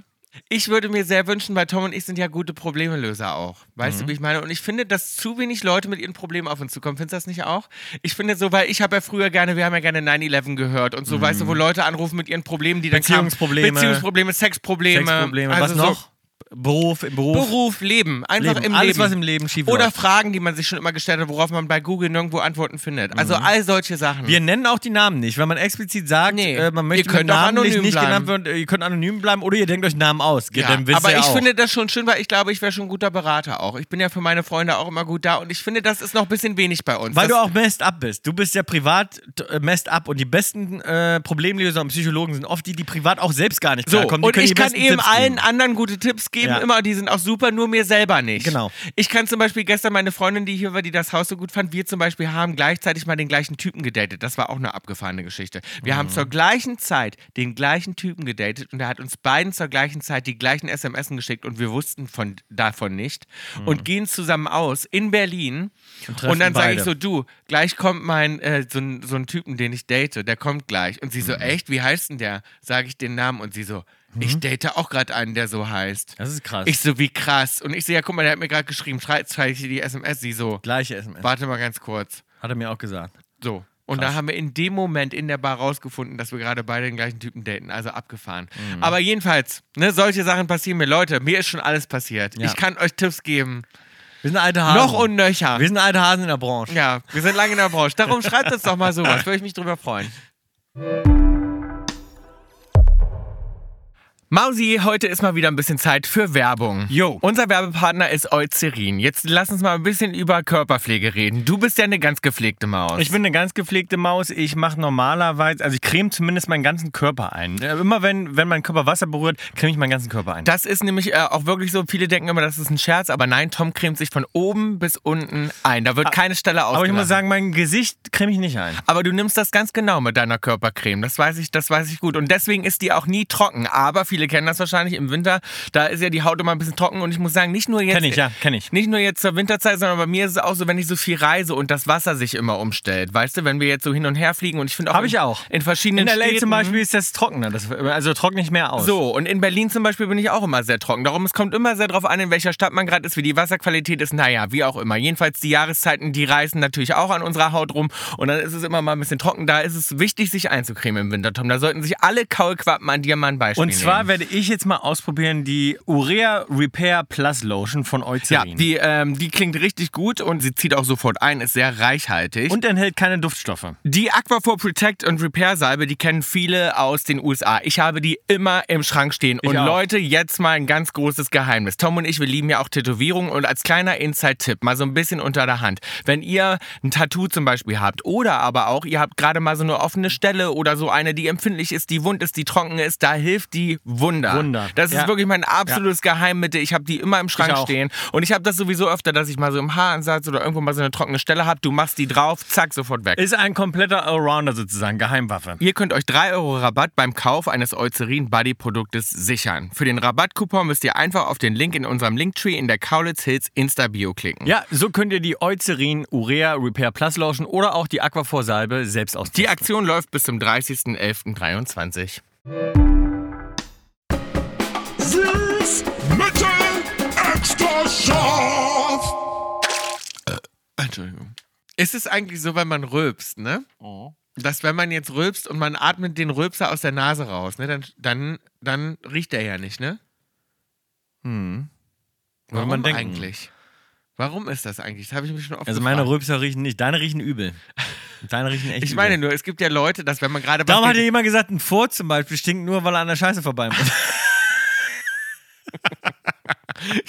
Ich würde mir sehr wünschen, weil Tom und ich sind ja gute Problemlöser auch. Weißt Mhm. du, wie ich meine? Und ich finde, dass zu wenig Leute mit ihren Problemen auf uns zukommen. Findest du das nicht auch? Ich finde so, weil ich habe ja früher gerne, wir haben ja gerne 9-11 gehört und so, weißt du, wo Leute anrufen mit ihren Problemen, die dann kamen. Mhm. Beziehungsprobleme. Beziehungsprobleme, Sexprobleme. Sexprobleme. Also Was noch? Beruf, im So Beruf. Beruf, Leben. Einfach Leben. im Alles, Leben. was im Leben schief Oder läuft. Fragen, die man sich schon immer gestellt hat, worauf man bei Google nirgendwo Antworten Mhm. findet. Also all solche Sachen. Wir nennen auch die Namen nicht, weil man explizit sagt, Nee. äh, man möchte Ihr könnt mit Namen auch nicht- anonym nicht genannt bleiben. werden. äh, Ihr könnt anonym bleiben oder ihr denkt euch Namen aus. Ja, Dann wisst aber ihr ich auch. finde das schon schön, weil ich glaube, ich wäre schon ein guter Berater auch. Ich bin ja für meine Freunde auch immer gut da und ich finde, das ist noch ein bisschen wenig bei uns. Weil das du auch messed up bist. Du bist ja privat t- äh, messed up und die besten äh, Problemlöser und Psychologen sind oft die, die privat auch selbst gar nicht so, klarkommen. Die und können ich die kann besten eben Tipps allen geben. anderen gute Tipps geben, Ja. immer, die sind auch super, nur mir selber nicht. Genau. Ich kann zum Beispiel gestern meine Freundin, die hier war, die das Haus so gut fand, wir zum Beispiel haben gleichzeitig mal den gleichen Typen gedatet. Das war auch eine abgefahrene Geschichte. Wir Mhm. haben zur gleichen Zeit den gleichen Typen gedatet und er hat uns beiden zur gleichen Zeit die gleichen SMS geschickt und wir wussten von, davon nicht und gehen zusammen aus in Berlin. Mhm. treffen Und dann sage ich beide. so, du, gleich kommt mein, äh, so, ein- so ein Typen, den ich date, der kommt gleich. Und sie Mhm. so, echt, wie heißt denn der? Sage ich den Namen und sie so, ich date auch gerade einen, der so heißt. Das ist krass. Ich so, wie krass. Und ich so, ja, guck mal, der hat mir gerade geschrieben, schreibe ich dir die SMS. Sie so, Gleiche SMS. warte mal ganz kurz. Hat er mir auch gesagt. So. Und da haben wir in dem Moment in der Bar rausgefunden, dass wir gerade beide den gleichen Typen daten. Also abgefahren. Mhm. Aber jedenfalls, ne, solche Sachen passieren mir. Leute, mir ist schon alles passiert. Ja. Ich kann euch Tipps geben. Wir sind alte Hasen. Noch und nöcher. Wir sind alte Hasen in der Branche. Ja, wir sind lange in der Branche. Darum schreibt uns doch mal sowas. Würde ich mich drüber freuen. Mausi, heute ist mal wieder ein bisschen Zeit für Werbung. Jo. Unser Werbepartner ist Eucerin. Jetzt lass uns mal ein bisschen über Körperpflege reden. Du bist ja eine ganz gepflegte Maus. Ich bin eine ganz gepflegte Maus. Ich mache normalerweise, also ich creme zumindest meinen ganzen Körper ein. Äh, Immer wenn, wenn mein Körper Wasser berührt, creme ich meinen ganzen Körper ein. das ist nämlich äh, auch wirklich so, viele denken immer, das ist ein Scherz, aber nein, Tom cremt sich von oben bis unten ein. Da wird keine Stelle ausgelassen. Aber ich muss sagen, mein Gesicht creme ich nicht ein. Aber du nimmst das ganz genau mit deiner Körpercreme. Das weiß ich, das weiß ich gut. Und deswegen ist die auch nie trocken. Aber viele viele kennen das wahrscheinlich im Winter. Da ist ja die Haut immer ein bisschen trocken und ich muss sagen, nicht nur jetzt. Kenn ich, ja, kenn ich. Nicht nur jetzt zur Winterzeit, sondern bei mir ist es auch so, wenn ich so viel reise und das Wasser sich immer umstellt. Weißt du, wenn wir jetzt so hin und her fliegen und ich finde auch. Hab in- ich auch. In verschiedenen In der Late Städten, zum Beispiel ist das trockener. Das, also trockne ich mehr aus. So, und in Berlin zum Beispiel bin ich auch immer sehr trocken. Darum, es kommt immer sehr darauf an, in welcher Stadt man gerade ist, wie die Wasserqualität ist. Naja, wie auch immer. Jedenfalls die Jahreszeiten, die reißen natürlich auch an unserer Haut rum. Und dann ist es immer mal ein bisschen trocken. Da ist es wichtig, sich einzucremen im Winter, Tom. Da sollten sich alle Kaulquappen an dir mal ein Beispiel Und zwar nehmen. werde ich jetzt mal ausprobieren die Urea Repair Plus Lotion von Ja, Eucerin. die, ähm, die klingt richtig gut und sie zieht auch sofort ein, ist sehr reichhaltig. und enthält keine Duftstoffe. Die Aquaphor Protect und Repair Salbe, die kennen viele aus den USA. Ich habe die immer im Schrank stehen. Und auch. Leute, jetzt mal ein ganz großes Geheimnis. Tom und ich, wir lieben ja auch Tätowierungen und als kleiner Inside-Tipp, mal so ein bisschen unter der Hand. Wenn ihr ein Tattoo zum Beispiel habt oder aber auch, ihr habt gerade mal so eine offene Stelle oder so eine, die empfindlich ist, die wund ist, die trocken ist, da hilft die Wunder. Wunder. Das ist Ja. wirklich mein absolutes Geheimmittel. Ich habe die immer im Schrank Ich auch. stehen. Und ich habe das sowieso öfter, dass ich mal so im Haaransatz oder irgendwo mal so eine trockene Stelle habe. Du machst die drauf, zack, sofort weg. Ist ein kompletter Allrounder sozusagen, Geheimwaffe. Ihr könnt euch 3 Euro Rabatt beim Kauf eines Eucerin Buddy Produktes sichern. Für den Rabattcoupon müsst ihr einfach auf den Link in unserem Linktree in der Kaulitz Hills Insta-Bio klicken. Ja, so könnt ihr die Eucerin Urea Repair Plus Lotion oder auch die Aquaphor Salbe selbst Die austesten. Aktion läuft bis zum 30.11.23. Süß, mittel, extra scharf. Entschuldigung. Ist es eigentlich so, wenn man rülpst, ne? Dass wenn man jetzt rülpst und man atmet den Rülpser aus der Nase raus, ne? Dann, dann, dann riecht er ja nicht, ne? Würde Warum Hm. man denken. eigentlich? Warum ist das eigentlich? Das habe ich mich schon oft Also meine gefragt. Rülpser riechen nicht, deine riechen übel. Deine riechen echt Ich meine übel. nur, es gibt ja Leute, dass wenn man gerade Darum hat geg- ja jemand gesagt, ein Furz zum Beispiel stinkt nur, weil er an der Scheiße vorbei muss. [LAUGHS]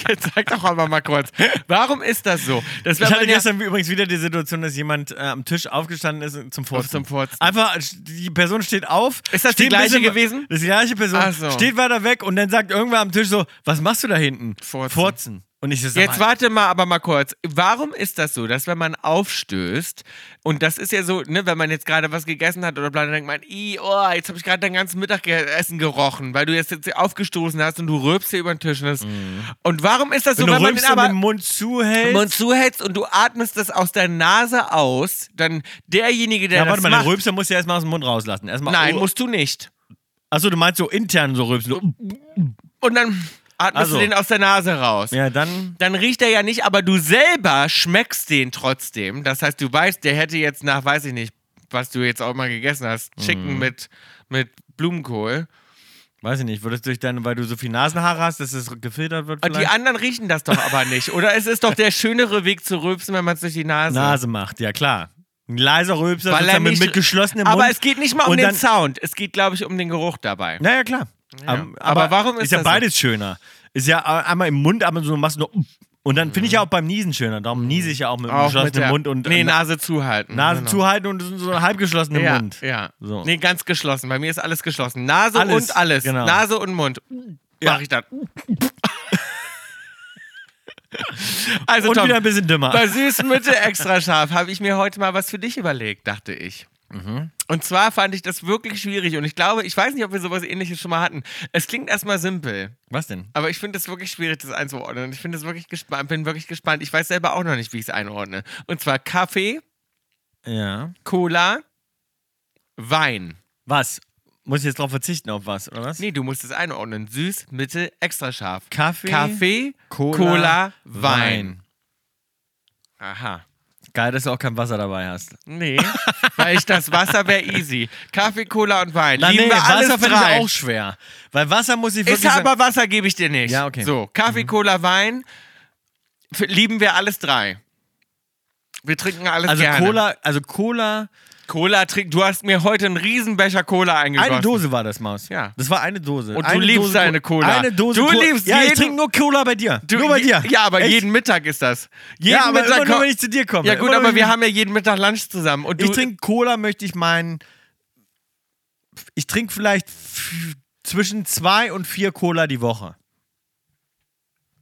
Jetzt sag doch aber mal kurz, warum ist das so? Das Ich wenn hatte man ja- gestern übrigens wieder die Situation, dass jemand äh, am Tisch aufgestanden ist und zum Furzen. Zum Furzen. Einfach, äh, die Person steht auf. Ist das die steht ein gleiche bisschen- gewesen? Das ist die gleiche Person. Ach so. Steht weiter weg und dann sagt irgendwer am Tisch so, was machst du da hinten? Furzen. Und ich so, sag Jetzt mal, warte mal aber mal kurz. Warum ist das so, dass wenn man aufstößt, und das ist ja so, ne, wenn man jetzt gerade was gegessen hat oder bla, dann denkt man, i, oh, jetzt habe ich gerade dein ganzes Mittagessen gerochen, weil du jetzt, jetzt aufgestoßen hast und du rülpst hier über den Tisch. Und, das, und warum ist das so, Mhm. wenn du wenn man rülpst den und aber den Mund zuhältst. Mund zuhältst und du atmest das aus der Nase aus, dann derjenige, der ja, warte das mal, den macht, Rülpser musst du ja erstmal aus dem Mund rauslassen. Erstmal, nein, oh. musst du nicht. Achso, du meinst so intern so rülpsen. so, Oh. Und dann atmest Also. du den aus der Nase raus. Ja, dann. dann riecht er ja nicht, aber du selber schmeckst den trotzdem. Das heißt, du weißt, der hätte jetzt nach, weiß ich nicht, was du jetzt auch mal gegessen hast, Mhm. Chicken mit, mit Blumenkohl. Weiß ich nicht, würdest du durch deine, weil du so viel Nasenhaare hast, dass es gefiltert wird? Und die vielleicht? anderen riechen das doch aber nicht. Oder es ist doch der schönere Weg zu rülpsen, wenn man es durch die Nase. Nase macht, ja klar. Ein leiser Rülpser Weil er sozusagen mit, nicht- mit geschlossenem Mund. Aber es geht nicht mal um Und den dann- Sound. Es geht, glaube ich, um den Geruch dabei. Naja, klar. Ähm, Aber warum ist ja das so? beides schöner? Ist ja äh, einmal im Mund, aber so machst du nur. Und dann finde ich ja auch beim Niesen schöner. Darum niese ich ja auch mit dem Mhm. Auch mit geschlossenen der, Mund und nee, äh, Nase zuhalten. Nase Genau. zuhalten und so einen halbgeschlossenen ja, Mund. Ja. So. Nee, ganz geschlossen. Bei mir ist alles geschlossen. Nase Alles, und alles. genau. Nase und Mund. Ja. Mach ich [LAUGHS] dann. also Und Tom, wieder ein bisschen dümmer. bei süß Mitte extra scharf habe ich mir heute mal was für dich überlegt, dachte ich. Mhm. Und zwar fand ich das wirklich schwierig und ich glaube, ich weiß nicht, ob wir sowas ähnliches schon mal hatten. Es klingt erstmal simpel, Was denn? aber ich finde es wirklich schwierig, das einzuordnen. Und Ich finde es wirklich gespannt, bin wirklich gespannt. Ich weiß selber auch noch nicht, wie ich es einordne. Und zwar Kaffee, Ja. Cola, Wein. Was? Muss ich jetzt drauf verzichten auf was, oder was? Nee, du musst es einordnen. Süß, mittel, extra scharf. Kaffee, Kaffee, Cola, Cola, Wein. Aha. Geil, dass du auch kein Wasser dabei hast. Nee, [LAUGHS] weil ich das Wasser wäre easy. Kaffee, Cola und Wein. Lieben wir alles Wasser finde drei. ich auch schwer. Weil Wasser muss ich Ist wirklich. sagen- aber Wasser gebe ich dir nicht. Ja, okay. Mhm. So, Kaffee, Cola, Wein. F lieben wir alles drei. Wir trinken alles also gerne. Cola, also Cola. Cola trink, du hast mir heute einen Riesenbecher Cola eingegossen. Eine Dose war das, Maus. Ja. Das war eine Dose. Und du eine liebst Co- deine Cola. Eine Dose Du Co- liebst Ja, ich jeden- trinke nur Cola bei dir. Du- nur bei dir. Ja, aber Echt? jeden Mittag ist das. Jeden Ja, aber Mittag immer nur, komm- wenn ich zu dir komme. Ja gut, immer nur, aber wenn ich- wir haben ja jeden Mittag Lunch zusammen. Und du, Ich trinke Cola, möchte ich meinen. Ich trinke vielleicht f- zwischen zwei und vier Cola die Woche.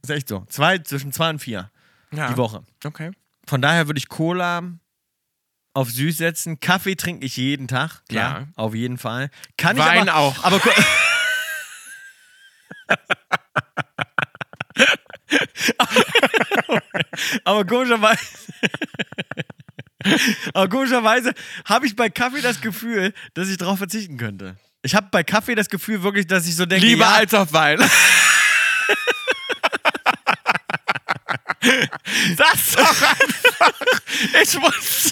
Ist echt so. Zwei, zwischen zwei und vier ja. die Woche. Okay. Von daher würde ich Cola auf süß setzen. Kaffee trinke ich jeden Tag. Klar, Ja. auf jeden Fall. [LAUGHS] Kann Wein ich aber, auch. Aber, Ko- Aber komischerweise. Aber komischerweise habe ich bei Kaffee das Gefühl, dass ich darauf verzichten könnte. Ich habe bei Kaffee das Gefühl wirklich, dass ich so denke. Lieber ja, als auf Wein. Sag's doch einfach. Ich muss.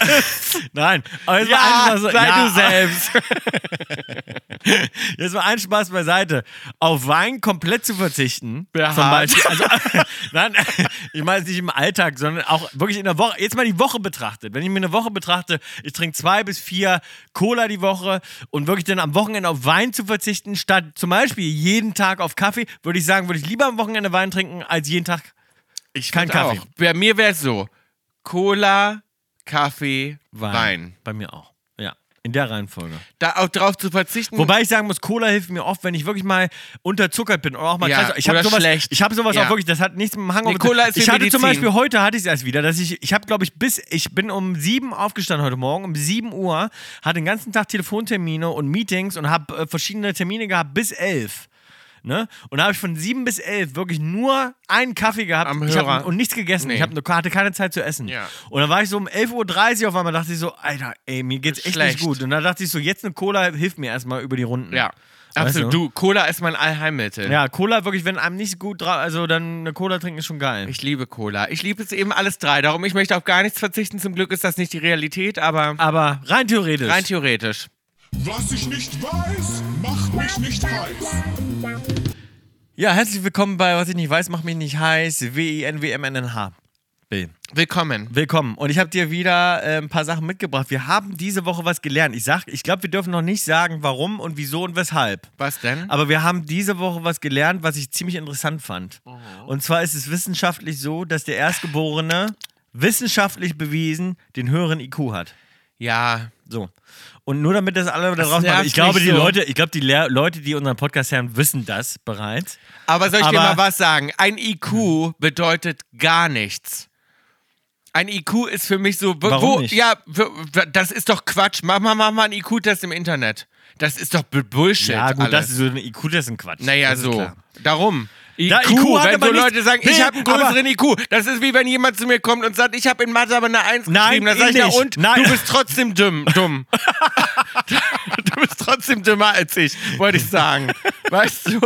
Nein, aber jetzt mal Ja, ein Spaß, sei ja, du selbst. Jetzt mal ein Spaß beiseite. Auf Wein komplett zu verzichten. Ja, zum hart. Beispiel. Also, [LAUGHS] nein, ich meine es nicht im Alltag, sondern auch wirklich in der Woche. Jetzt mal die Woche betrachtet. Wenn ich mir eine Woche betrachte, ich trinke zwei bis vier Cola die Woche und wirklich dann am Wochenende auf Wein zu verzichten, statt zum Beispiel jeden Tag auf Kaffee, würde ich sagen, würde ich lieber am Wochenende Wein trinken, als jeden Tag [LAUGHS] Ich Kein kein Kaffee. Kaffee. Bei mir wäre es so: Cola, Kaffee, Wein. Wein. Bei mir auch. Ja. In der Reihenfolge. Da auch drauf zu verzichten. Wobei ich sagen muss, Cola hilft mir oft, wenn ich wirklich mal unterzuckert bin oder auch mal Ja, krass. Ich habe oder sowas, schlecht. ich hab sowas Ja. auch wirklich, das hat nichts mit dem Hangover Nee, Cola ist Ich wie hatte zum Medizin. Beispiel heute hatte ich es erst wieder, dass ich, ich habe glaube ich bis, ich bin um sieben aufgestanden heute Morgen, um sieben Uhr, hatte den ganzen Tag Telefontermine und Meetings und habe äh, verschiedene Termine gehabt bis elf. Ne? Und da habe ich von sieben bis elf wirklich nur einen Kaffee gehabt Am ich hab- Hörer. und nichts gegessen. Nee. Ich hab, nur- hatte keine Zeit zu essen. Ja. Und dann war ich so um 11.30 Uhr auf einmal, dachte ich so, Alter, ey, mir geht's echt Schlecht. nicht gut. Und dann dachte ich so, jetzt eine Cola hilft mir erstmal über die Runden. ja. Weißt Absolut. Du, Cola ist mein Allheilmittel. Ja, Cola wirklich, wenn einem nicht gut drauf, also dann eine Cola trinken ist schon geil. Ich liebe Cola. Ich liebe es eben alles drei. Darum, ich möchte auf gar nichts verzichten. Zum Glück ist das nicht die Realität, aber aber rein theoretisch. rein theoretisch. Was ich nicht weiß, macht mich nicht heiß. ja, herzlich willkommen bei Was ich nicht weiß, macht mich nicht heiß. W-I-N-W-M-N-N-H. Will. Willkommen. Willkommen. Und ich habe dir wieder äh, ein paar Sachen mitgebracht. Wir haben diese Woche was gelernt. Ich sag, ich glaube, wir dürfen noch nicht sagen, warum und wieso und weshalb. Was denn? Aber wir haben diese Woche was gelernt, was ich ziemlich interessant fand. Mhm. Und zwar ist es wissenschaftlich so, dass der Erstgeborene wissenschaftlich bewiesen den höheren IQ hat. ja. So. Und nur damit das alle da draußen nervt machen. Ich glaube, mich die so. Leute, ich glaube, die Lehr Leute, die unseren Podcast hören, wissen das bereits. Aber soll ich dir Aber- mal was sagen? Ein IQ bedeutet gar nichts. Ein IQ ist für mich so. wo- Warum wo, nicht? Ja, wo- wo- das ist doch Quatsch. Mach mal, mach mal einen IQ-Test im Internet. Das ist doch Bu- Bullshit. Ja, gut, alles. das ist so ein IQ, das ist ein Quatsch. Naja, das ist so. klar. Darum. IQ, Da IQ hat wenn aber so nichts- Leute sagen, ich Nee, habe einen größeren aber- IQ. Das ist wie wenn jemand zu mir kommt und sagt, ich habe in Mathe aber eine 1 Nein, geschrieben. Dann sage ich, eh ja nicht. und? Nein. Du bist trotzdem dumm. [LAUGHS] dumm. du bist trotzdem dümmer als ich, wollte ich sagen. Weißt du?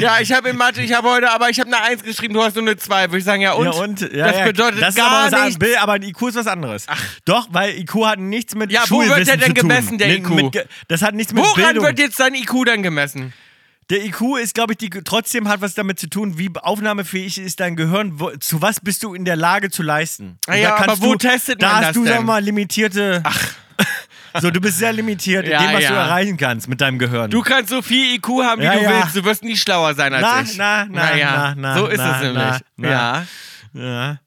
Ja, ich habe in Mathe, ich habe heute, aber ich habe eine 1 geschrieben, du hast nur eine 2. Würde ich sagen, ja und? Ja, und ja, das ja, bedeutet das ist aber gar was anderes. nichts. Bill, aber ein IQ ist was anderes. Doch, weil IQ hat nichts mit Ja, wo Schulwissen wird der denn zu tun. gemessen, der mit, IQ? Mit, Ge- das hat nichts mit Woran Bildung. wird jetzt dein IQ dann gemessen? der IQ ist, glaube ich, die, trotzdem hat was damit zu tun, wie aufnahmefähig ist dein Gehirn, wo, zu was bist du in der Lage zu leisten. Ah Und ja, da kannst aber wo testet da man hast das du, sag denn? mal, limitierte... Ach. [LAUGHS] So, du bist sehr limitiert Ja, in dem, was du ja. erreichen kannst mit deinem Gehirn. Du kannst so viel IQ haben, wie Ja, du ja. willst. Du wirst nie schlauer sein als Na, ich. na, na, naja, na, na, so ist na, es nämlich. na, na. Ja. ja.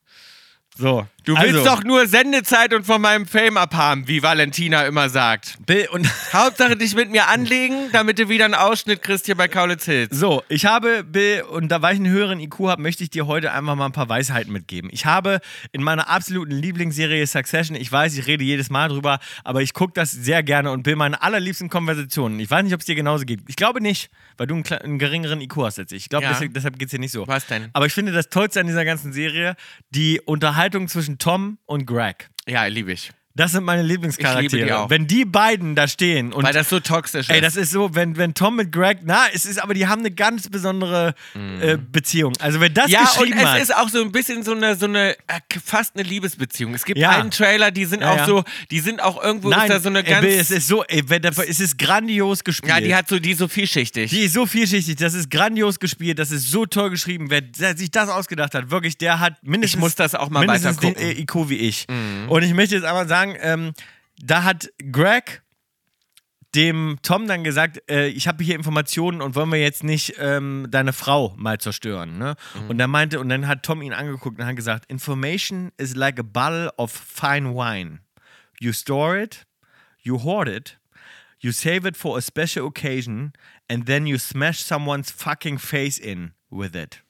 So. Du willst also, doch nur Sendezeit und von meinem Fame abhaben, wie Valentina immer sagt. Bill und... Hauptsache dich mit mir anlegen, damit du wieder einen Ausschnitt kriegst hier bei Kaulitz Hills. So, ich habe, Bill, und da weil ich einen höheren IQ habe, möchte ich dir heute einfach mal ein paar Weisheiten mitgeben. Ich habe in meiner absoluten Lieblingsserie Succession, ich weiß, ich rede jedes Mal drüber, aber ich gucke das sehr gerne und Bill, meine allerliebsten Konversationen. Ich weiß nicht, ob es dir genauso geht. Ich glaube nicht, weil du einen, kle- einen geringeren IQ hast als ich. Ich glaube, Ja. deshalb, deshalb geht es dir nicht so. Was denn? Aber ich finde das Tollste an dieser ganzen Serie, die Unterhaltung zwischen Tom und Greg. Ja, liebe ich. Das sind meine Lieblingscharaktere. die auch. Wenn die beiden da stehen und Weil das so toxisch Ey, ist. das ist so, wenn, wenn Tom mit Greg, na, es ist, aber die haben eine ganz besondere äh, Beziehung. Also wenn das Mhm. ja, und geschrieben es hat, ist auch so ein bisschen so eine, so eine äh, fast eine Liebesbeziehung. Es gibt Ja. einen Trailer, die sind Ja, auch ja. so, die sind auch irgendwo nein, ist da so eine ey, Bill, es ganz. ist so, ey, wenn, da- es ist grandios gespielt. Ja, die hat so die ist so vielschichtig. die ist so vielschichtig, das ist grandios gespielt, das ist so toll geschrieben. Wer der sich das ausgedacht hat, wirklich, der hat mindestens, Ich muss das auch mal mindestens den weitergucken. Mhm. äh, IQ wie ich. Und ich möchte jetzt aber sagen, ähm, da hat Greg dem Tom dann gesagt, äh, ich habe hier Informationen und wollen wir jetzt nicht ähm, deine Frau mal zerstören. Ne? Mhm. Und dann meinte, und dann hat Tom ihn angeguckt und hat gesagt, Information is like a bottle of fine wine. You store it, you hoard it, you save it for a special occasion, and then you smash someone's fucking face in with it.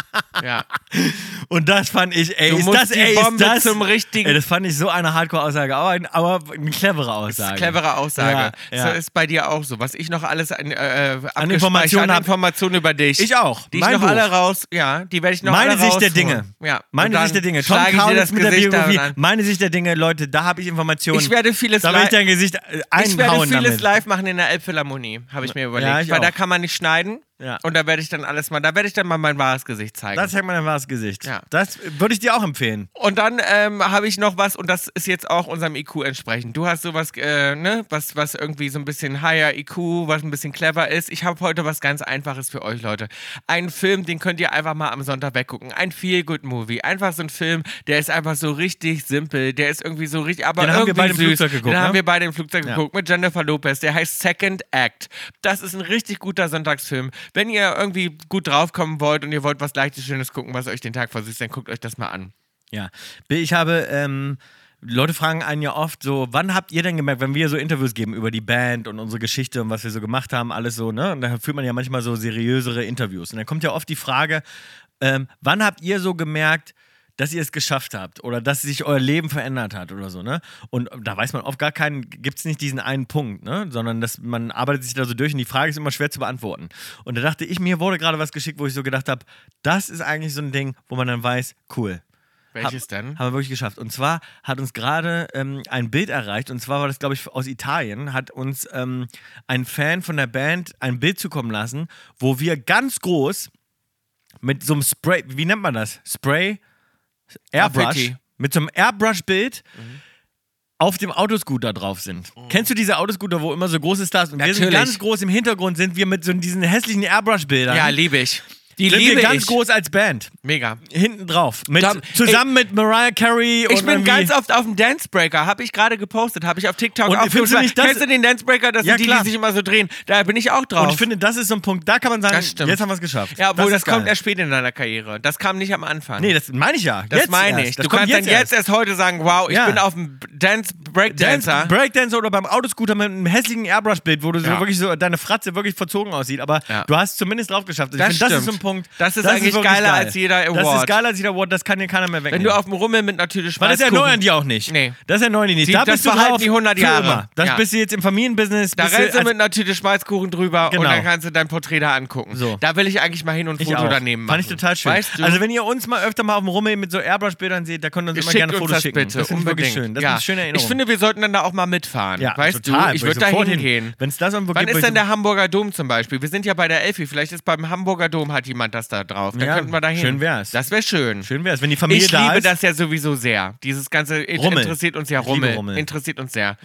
[LAUGHS] ja. [LAUGHS] Und das fand ich, ey, Du ist musst das, die ey, ist Bombe das, zum richtigen- Ey, das fand ich so eine Hardcore-Aussage, aber, ein- aber eine clevere Das ist Aussage. eine clevere Aussage. Ja, ja. So ist bei dir auch so. Was ich noch alles an, äh, An Informationen an hab- Informationen über dich. Ich auch. Die Mein ich noch Buch. alle raus. Ja, die werde ich noch Meine alle Sicht der rausholen. Dinge. Ja. und Meine dann Sicht der Dinge. Tom schlage ich dir das Kaulitz mit der Gesicht daran Biografie. an. Meine Sicht der Dinge, Leute, da habe ich Informationen. Ich werde vieles Da werde ich li- dein Gesicht äh, einhauen Ich werde vieles damit. live machen in der Elbphilharmonie, habe ich mir überlegt. Ja, ich weil da auch. kann man nicht schneiden. Ja. Und da werde ich dann alles mal, da werde ich dann mal mein wahres Gesicht zeigen. Das zeigt man ein wahres Gesicht. Ja. Das würde ich dir auch empfehlen. und dann ähm, habe ich noch was, und das ist jetzt auch unserem IQ entsprechend. Du hast sowas, äh, ne, was, was irgendwie so ein bisschen higher IQ, was ein bisschen clever ist. Ich habe heute was ganz Einfaches für euch, Leute. Einen Film, den könnt ihr einfach mal am Sonntag weggucken. Ein Feel-Good-Movie. Einfach so ein Film, der ist einfach so richtig simpel. Der ist irgendwie so richtig, aber Den haben wir irgendwie beide im süß. Flugzeug geguckt, Den haben ne? wir wir beide im Flugzeug geguckt mit Jennifer Lopez. Der heißt Second Act. Das ist ein richtig guter Sonntagsfilm. Wenn ihr irgendwie gut draufkommen wollt und ihr wollt was Leichtes, Schönes gucken, was euch den Tag versüßt, dann guckt euch das mal an. Ja. Ich habe, ähm, Leute fragen einen ja oft so, wann habt ihr denn gemerkt, wenn wir so Interviews geben über die Band und unsere Geschichte und was wir so gemacht haben, alles so, ne? Und da führt man ja manchmal so seriösere Interviews. Und dann kommt ja oft die Frage, ähm, wann habt ihr so gemerkt, dass ihr es geschafft habt oder dass sich euer Leben verändert hat oder so, ne? Und da weiß man oft gar keinen, gibt es nicht diesen einen Punkt, ne? Sondern dass man arbeitet sich da so durch und die Frage ist immer schwer zu beantworten. Und da dachte ich, mir wurde gerade was geschickt, wo ich so gedacht habe, das ist eigentlich so ein Ding, wo man dann weiß, cool, Welches hab, denn? Haben wir wirklich geschafft. Und zwar hat uns gerade ähm, ein Bild erreicht, und zwar war das, glaube ich, aus Italien, hat uns ähm, ein Fan von der Band ein Bild zukommen lassen, wo wir ganz groß mit so einem Spray, wie nennt man das? Spray? Airbrush. Graffiti. Mhm. Mit so einem Airbrush-Bild auf dem Autoscooter drauf sind. Kennst du diese Autoscooter, wo immer so große Stars und wir sind Oh. Natürlich. ganz groß im Hintergrund, sind wir mit so diesen hässlichen Airbrush-Bildern. Ja, liebe ich. Die sind liebe wir ganz ich. groß als Band Mega. hinten drauf. Mit, Dam- zusammen mit Mariah Carey und Ich bin irgendwie- ganz oft auf dem Dancebreaker, habe ich gerade gepostet, habe ich auf TikTok Und findest du aufgeschrieben. nicht das- Kennst du den Dancebreaker? Das Ja, sind die, klar. die sich immer so drehen. Da bin ich auch drauf. Und ich finde, das ist so ein Punkt, da kann man sagen, Das stimmt. jetzt haben wir es geschafft. ja, obwohl das, ist kommt geil. erst spät in deiner Karriere. Das kam nicht am Anfang. Nee, das meine ich ja. das jetzt meine erst. ich. Das Du kommt kannst dann jetzt erst heute sagen, wow, ich Ja. bin auf dem Dance Dance, Breakdancer. Breakdancer oder beim Autoscooter mit einem hässlichen Airbrush-Bild, wo du so Ja. wirklich so deine Fratze wirklich verzogen aussieht, aber Ja. du hast zumindest drauf geschafft. Und Das ich finde, das ist stimmt. so ein Punkt. Das ist eigentlich wirklich geiler als jeder Das ist Award. geiler als jeder Award, das kann dir keiner mehr Wenn wegnehmen. du auf dem Rummel mit natürlich Weil das Schmalzkuchen- erneuern die auch nicht. Nee. Das erneuern die nicht. Die- da das bist du behalten drauf die 100 für Jahre. Immer. Das Ja. bist du jetzt im Familienbusiness. Da bist rennst du als- mit einer Tüte Schmalzkuchen drüber Genau. und dann kannst du dein Porträt da angucken. So. Da will ich eigentlich mal hin und ein Ich Foto auch. daneben machen. Fand ich total schön. Weißt du? Also wenn ihr uns mal öfter mal auf dem Rummel mit so Airbrush-Bildern seht, da könnt ihr uns immer Schickt gerne uns Fotos das schicken. bitte, das ist unbedingt. wirklich schön. Das ja. ist eine schöne Erinnerung. Ich finde, wir sollten dann da auch mal mitfahren. ja, weißt total, du, ich würde da sofort hingehen. Wenn es das am Wann ist denn der Hamburger Dom zum Beispiel? Wir sind ja bei der Elfi. Vielleicht ist beim Hamburger Dom hat jemand das da drauf. Dann Ja, könnten wir da hin. schön wär's. Das wäre schön. Schön wäre es, wenn die Familie ich da liebe ist. das ja sowieso sehr. Dieses ganze Rummel. interessiert uns ja Ich liebe Rummel. Rummel. Interessiert uns sehr.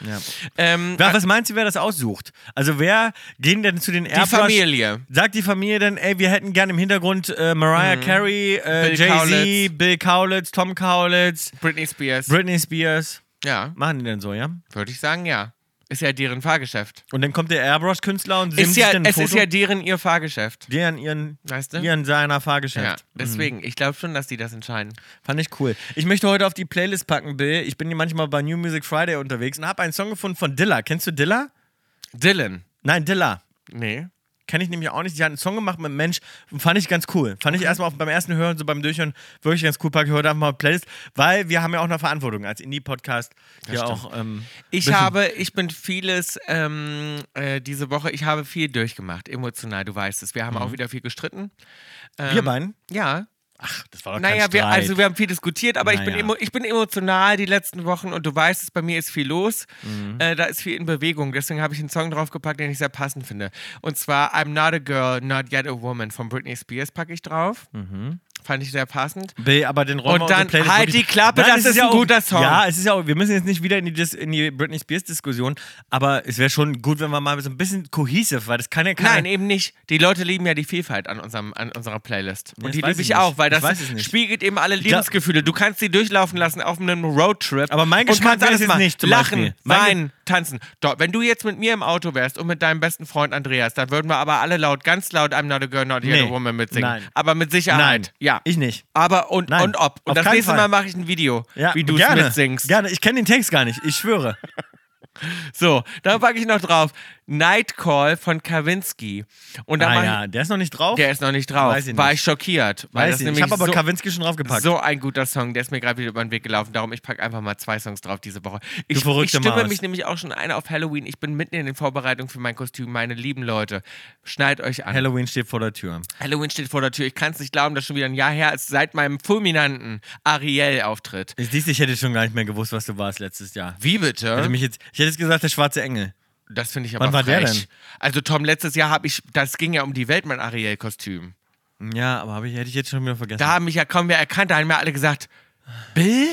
Ähm, Wer- was meinst du, wer das aussucht? Also wer gehen denn zu den Airbrush? Familie. Sagt die Familie denn, ey, wir hätten gerne im Hintergrund äh, Mariah Carey, äh, Mhm. Bill Jay-Z, Kaulitz. Bill Kaulitz, Tom Kaulitz, Britney Spears. Britney Spears. ja, Machen die denn so, ja? würde ich sagen, ja. Ist ja deren Fahrgeschäft. Und dann kommt der Airbrush-Künstler und nimmt Ist sich ja, dann ein es Foto. ist ja deren ihr Fahrgeschäft. deren ihren, Weißt du? ihren seiner Ja, Fahrgeschäft. Mhm. deswegen. Ich glaube schon, dass die das entscheiden. Fand ich cool. Ich möchte heute auf die Playlist packen, Bill. Ich bin hier manchmal bei New Music Friday unterwegs und habe einen Song gefunden von Dilla. Kennst du Dilla? Dylan. Nein, Dilla. Nee. Kenne ich nämlich auch nicht. Die hat einen Song gemacht mit Mensch. Fand ich ganz cool. Fand ich erstmal auf, beim ersten Hören, so beim Durchhören, wirklich ganz cool. Packe ich heute einfach mal auf die Playlist, weil wir haben ja auch eine Verantwortung als Indie-Podcast. Ja, auch. Ähm, Ich bisschen- habe, ich bin vieles ähm, äh, diese Woche, ich habe viel durchgemacht, emotional, du weißt es. Wir haben auch wieder viel gestritten. Mhm. Ähm, Wir beiden? Ja. Das war doch kein Naja, Streit. wir, also wir haben viel diskutiert, aber ich, bin Naja. emo, ich bin emotional die letzten Wochen und du weißt es, bei mir ist viel los. Mhm. Äh, da ist viel in Bewegung. Deswegen habe ich einen Song draufgepackt, den ich sehr passend finde. Und zwar I'm Not a Girl, Not Yet a Woman von Britney Spears packe ich drauf. Mhm. Fand ich sehr passend. Bill, aber den Räumen Und dann halt die Klappe, das ist ein ja auch, guter Song. Ja, es ist ja auch, wir müssen jetzt nicht wieder in die, Dis, in die Britney Spears-Diskussion, aber es wäre schon gut, wenn wir mal so ein bisschen kohäsiv, weil das kann ja keiner. Nein, eh, eben nicht. Die Leute lieben ja die Vielfalt an, unserem, an unserer Playlist. das Und die weiß liebe ich ich nicht. auch, weil Das das, weiß ich nicht. spiegelt eben alle glaub- Lebensgefühle. Du kannst sie durchlaufen lassen auf einem Roadtrip. Aber mein und Geschmack kannst wär's alles jetzt machen. nicht, zum Beispiel. Lachen, Mein Ge- weinen, tanzen. Doch, wenn du jetzt mit mir im Auto wärst und mit deinem besten Freund Andreas, dann würden wir aber alle laut, ganz laut I'm not a girl, not yet Nee. a woman mitsingen. Nein. Aber mit Sicherheit. Nein. Ja. Ich nicht. aber und, Nein. und ob. Auf Und das keinen nächste Fall. Mal mache ich ein Video, Ja, wie du es gerne, mitsingst. Gerne, ich kenne den Text gar nicht, ich schwöre. So, da packe ich noch drauf. Night Call von Kavinsky. Und da Ah mach ich- ja, der ist noch nicht drauf. der ist noch nicht drauf. Weiß ich War nicht. ich schockiert. Weil Weiß das ich nicht. nämlich ich habe aber so, Kawinski schon draufgepackt. so ein guter Song, der ist mir gerade wieder über den Weg gelaufen. Darum, ich packe einfach mal zwei Songs drauf diese Woche. Ich, ich verrückte stimme Maus. mich nämlich auch schon ein auf Halloween. Ich bin mitten in den Vorbereitungen für mein Kostüm. Meine lieben Leute, schneid euch an. Halloween steht vor der Tür. Halloween steht vor der Tür. Ich kann es nicht glauben, dass schon wieder ein Jahr her ist, seit meinem fulminanten Ariel-Auftritt. Ich, siehst du, ich hätte schon gar nicht mehr gewusst, was du warst letztes Jahr. Wie bitte? Ich hätte, mich jetzt, ich hätte jetzt gesagt, der schwarze Engel. das finde ich aber Wann war der frech. denn? Also Tom, letztes Jahr habe ich, das ging ja um die Welt, mein Ariel-Kostüm. Ja, aber hab ich, hätte ich jetzt schon wieder vergessen. Da haben mich ja kaum mehr erkannt. Da haben mir alle gesagt, Bill?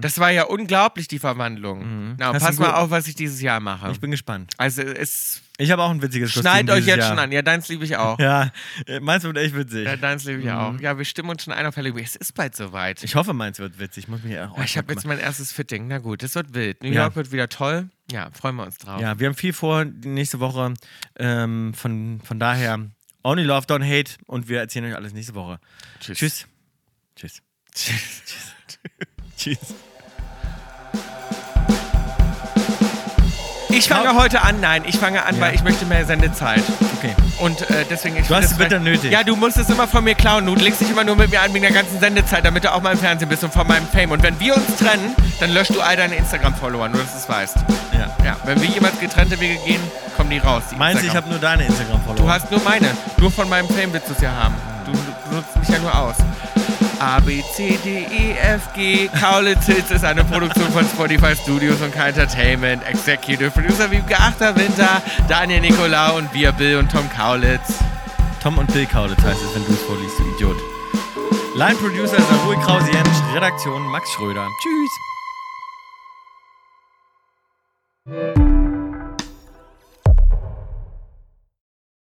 Das war ja unglaublich, die Verwandlung. Na, Mhm. Hast pass du mal gut- auf, was ich dieses Jahr mache. ich bin gespannt. Also es Ich habe auch ein witziges Kostüm schneidet euch dieses jetzt Jahr. schon an. Ja, deins liebe ich auch. Ja. [LAUGHS] Ja, äh, meins wird echt witzig. deins liebe ich auch. Ja, wir stimmen uns schon ein auf Halloween. Es ist bald soweit. Ah, Ich hoffe, meins wird witzig. Ah, Ich muss mich auch Ich habe jetzt mein erstes Fitting. Na gut, das wird wild. New Ja. York wird wieder toll. Ja, freuen wir uns drauf. Ja, wir haben viel vor die nächste Woche. Ähm, von, von daher, only love, don't hate. Und wir erzählen euch alles nächste Woche. Tschüss. Tschüss. Tschüss. Tschüss. Tschüss. Ich fange heute an. Nein, ich fange an, weil ich möchte mehr Sendezeit. [LAUGHS] Okay. Und äh, deswegen... Ich Du hast das es bitter recht- nötig. Ja, du musst es immer von mir klauen. Du legst dich immer nur mit mir an wegen der ganzen Sendezeit, damit du auch mal im Fernsehen bist und von meinem Fame. Und wenn wir uns trennen, dann löscht du all deine Instagram-Follower, nur dass du es weißt. Ja. Ja, wenn wir jemals getrennte Wege gehen, kommen die raus. Die Meinst du, ich Instagram. habe nur deine Instagram-Follower? Du hast nur meine. Nur von meinem Fame willst du es ja haben. Du du nutzt mich ja nur aus. A, B, C, D, E, F, G. Kaulitz ist eine Produktion von Spotify Studios und Kai Entertainment. Executive Producer wie Geachter Winter, Daniel Nicolau und wir, Bill und Tom Kaulitz. Tom und Bill Kaulitz heißt es, wenn du es vorliest, du Idiot. Line-Producer ist Raoul Krausiensch, Redaktion Max Schröder. Tschüss.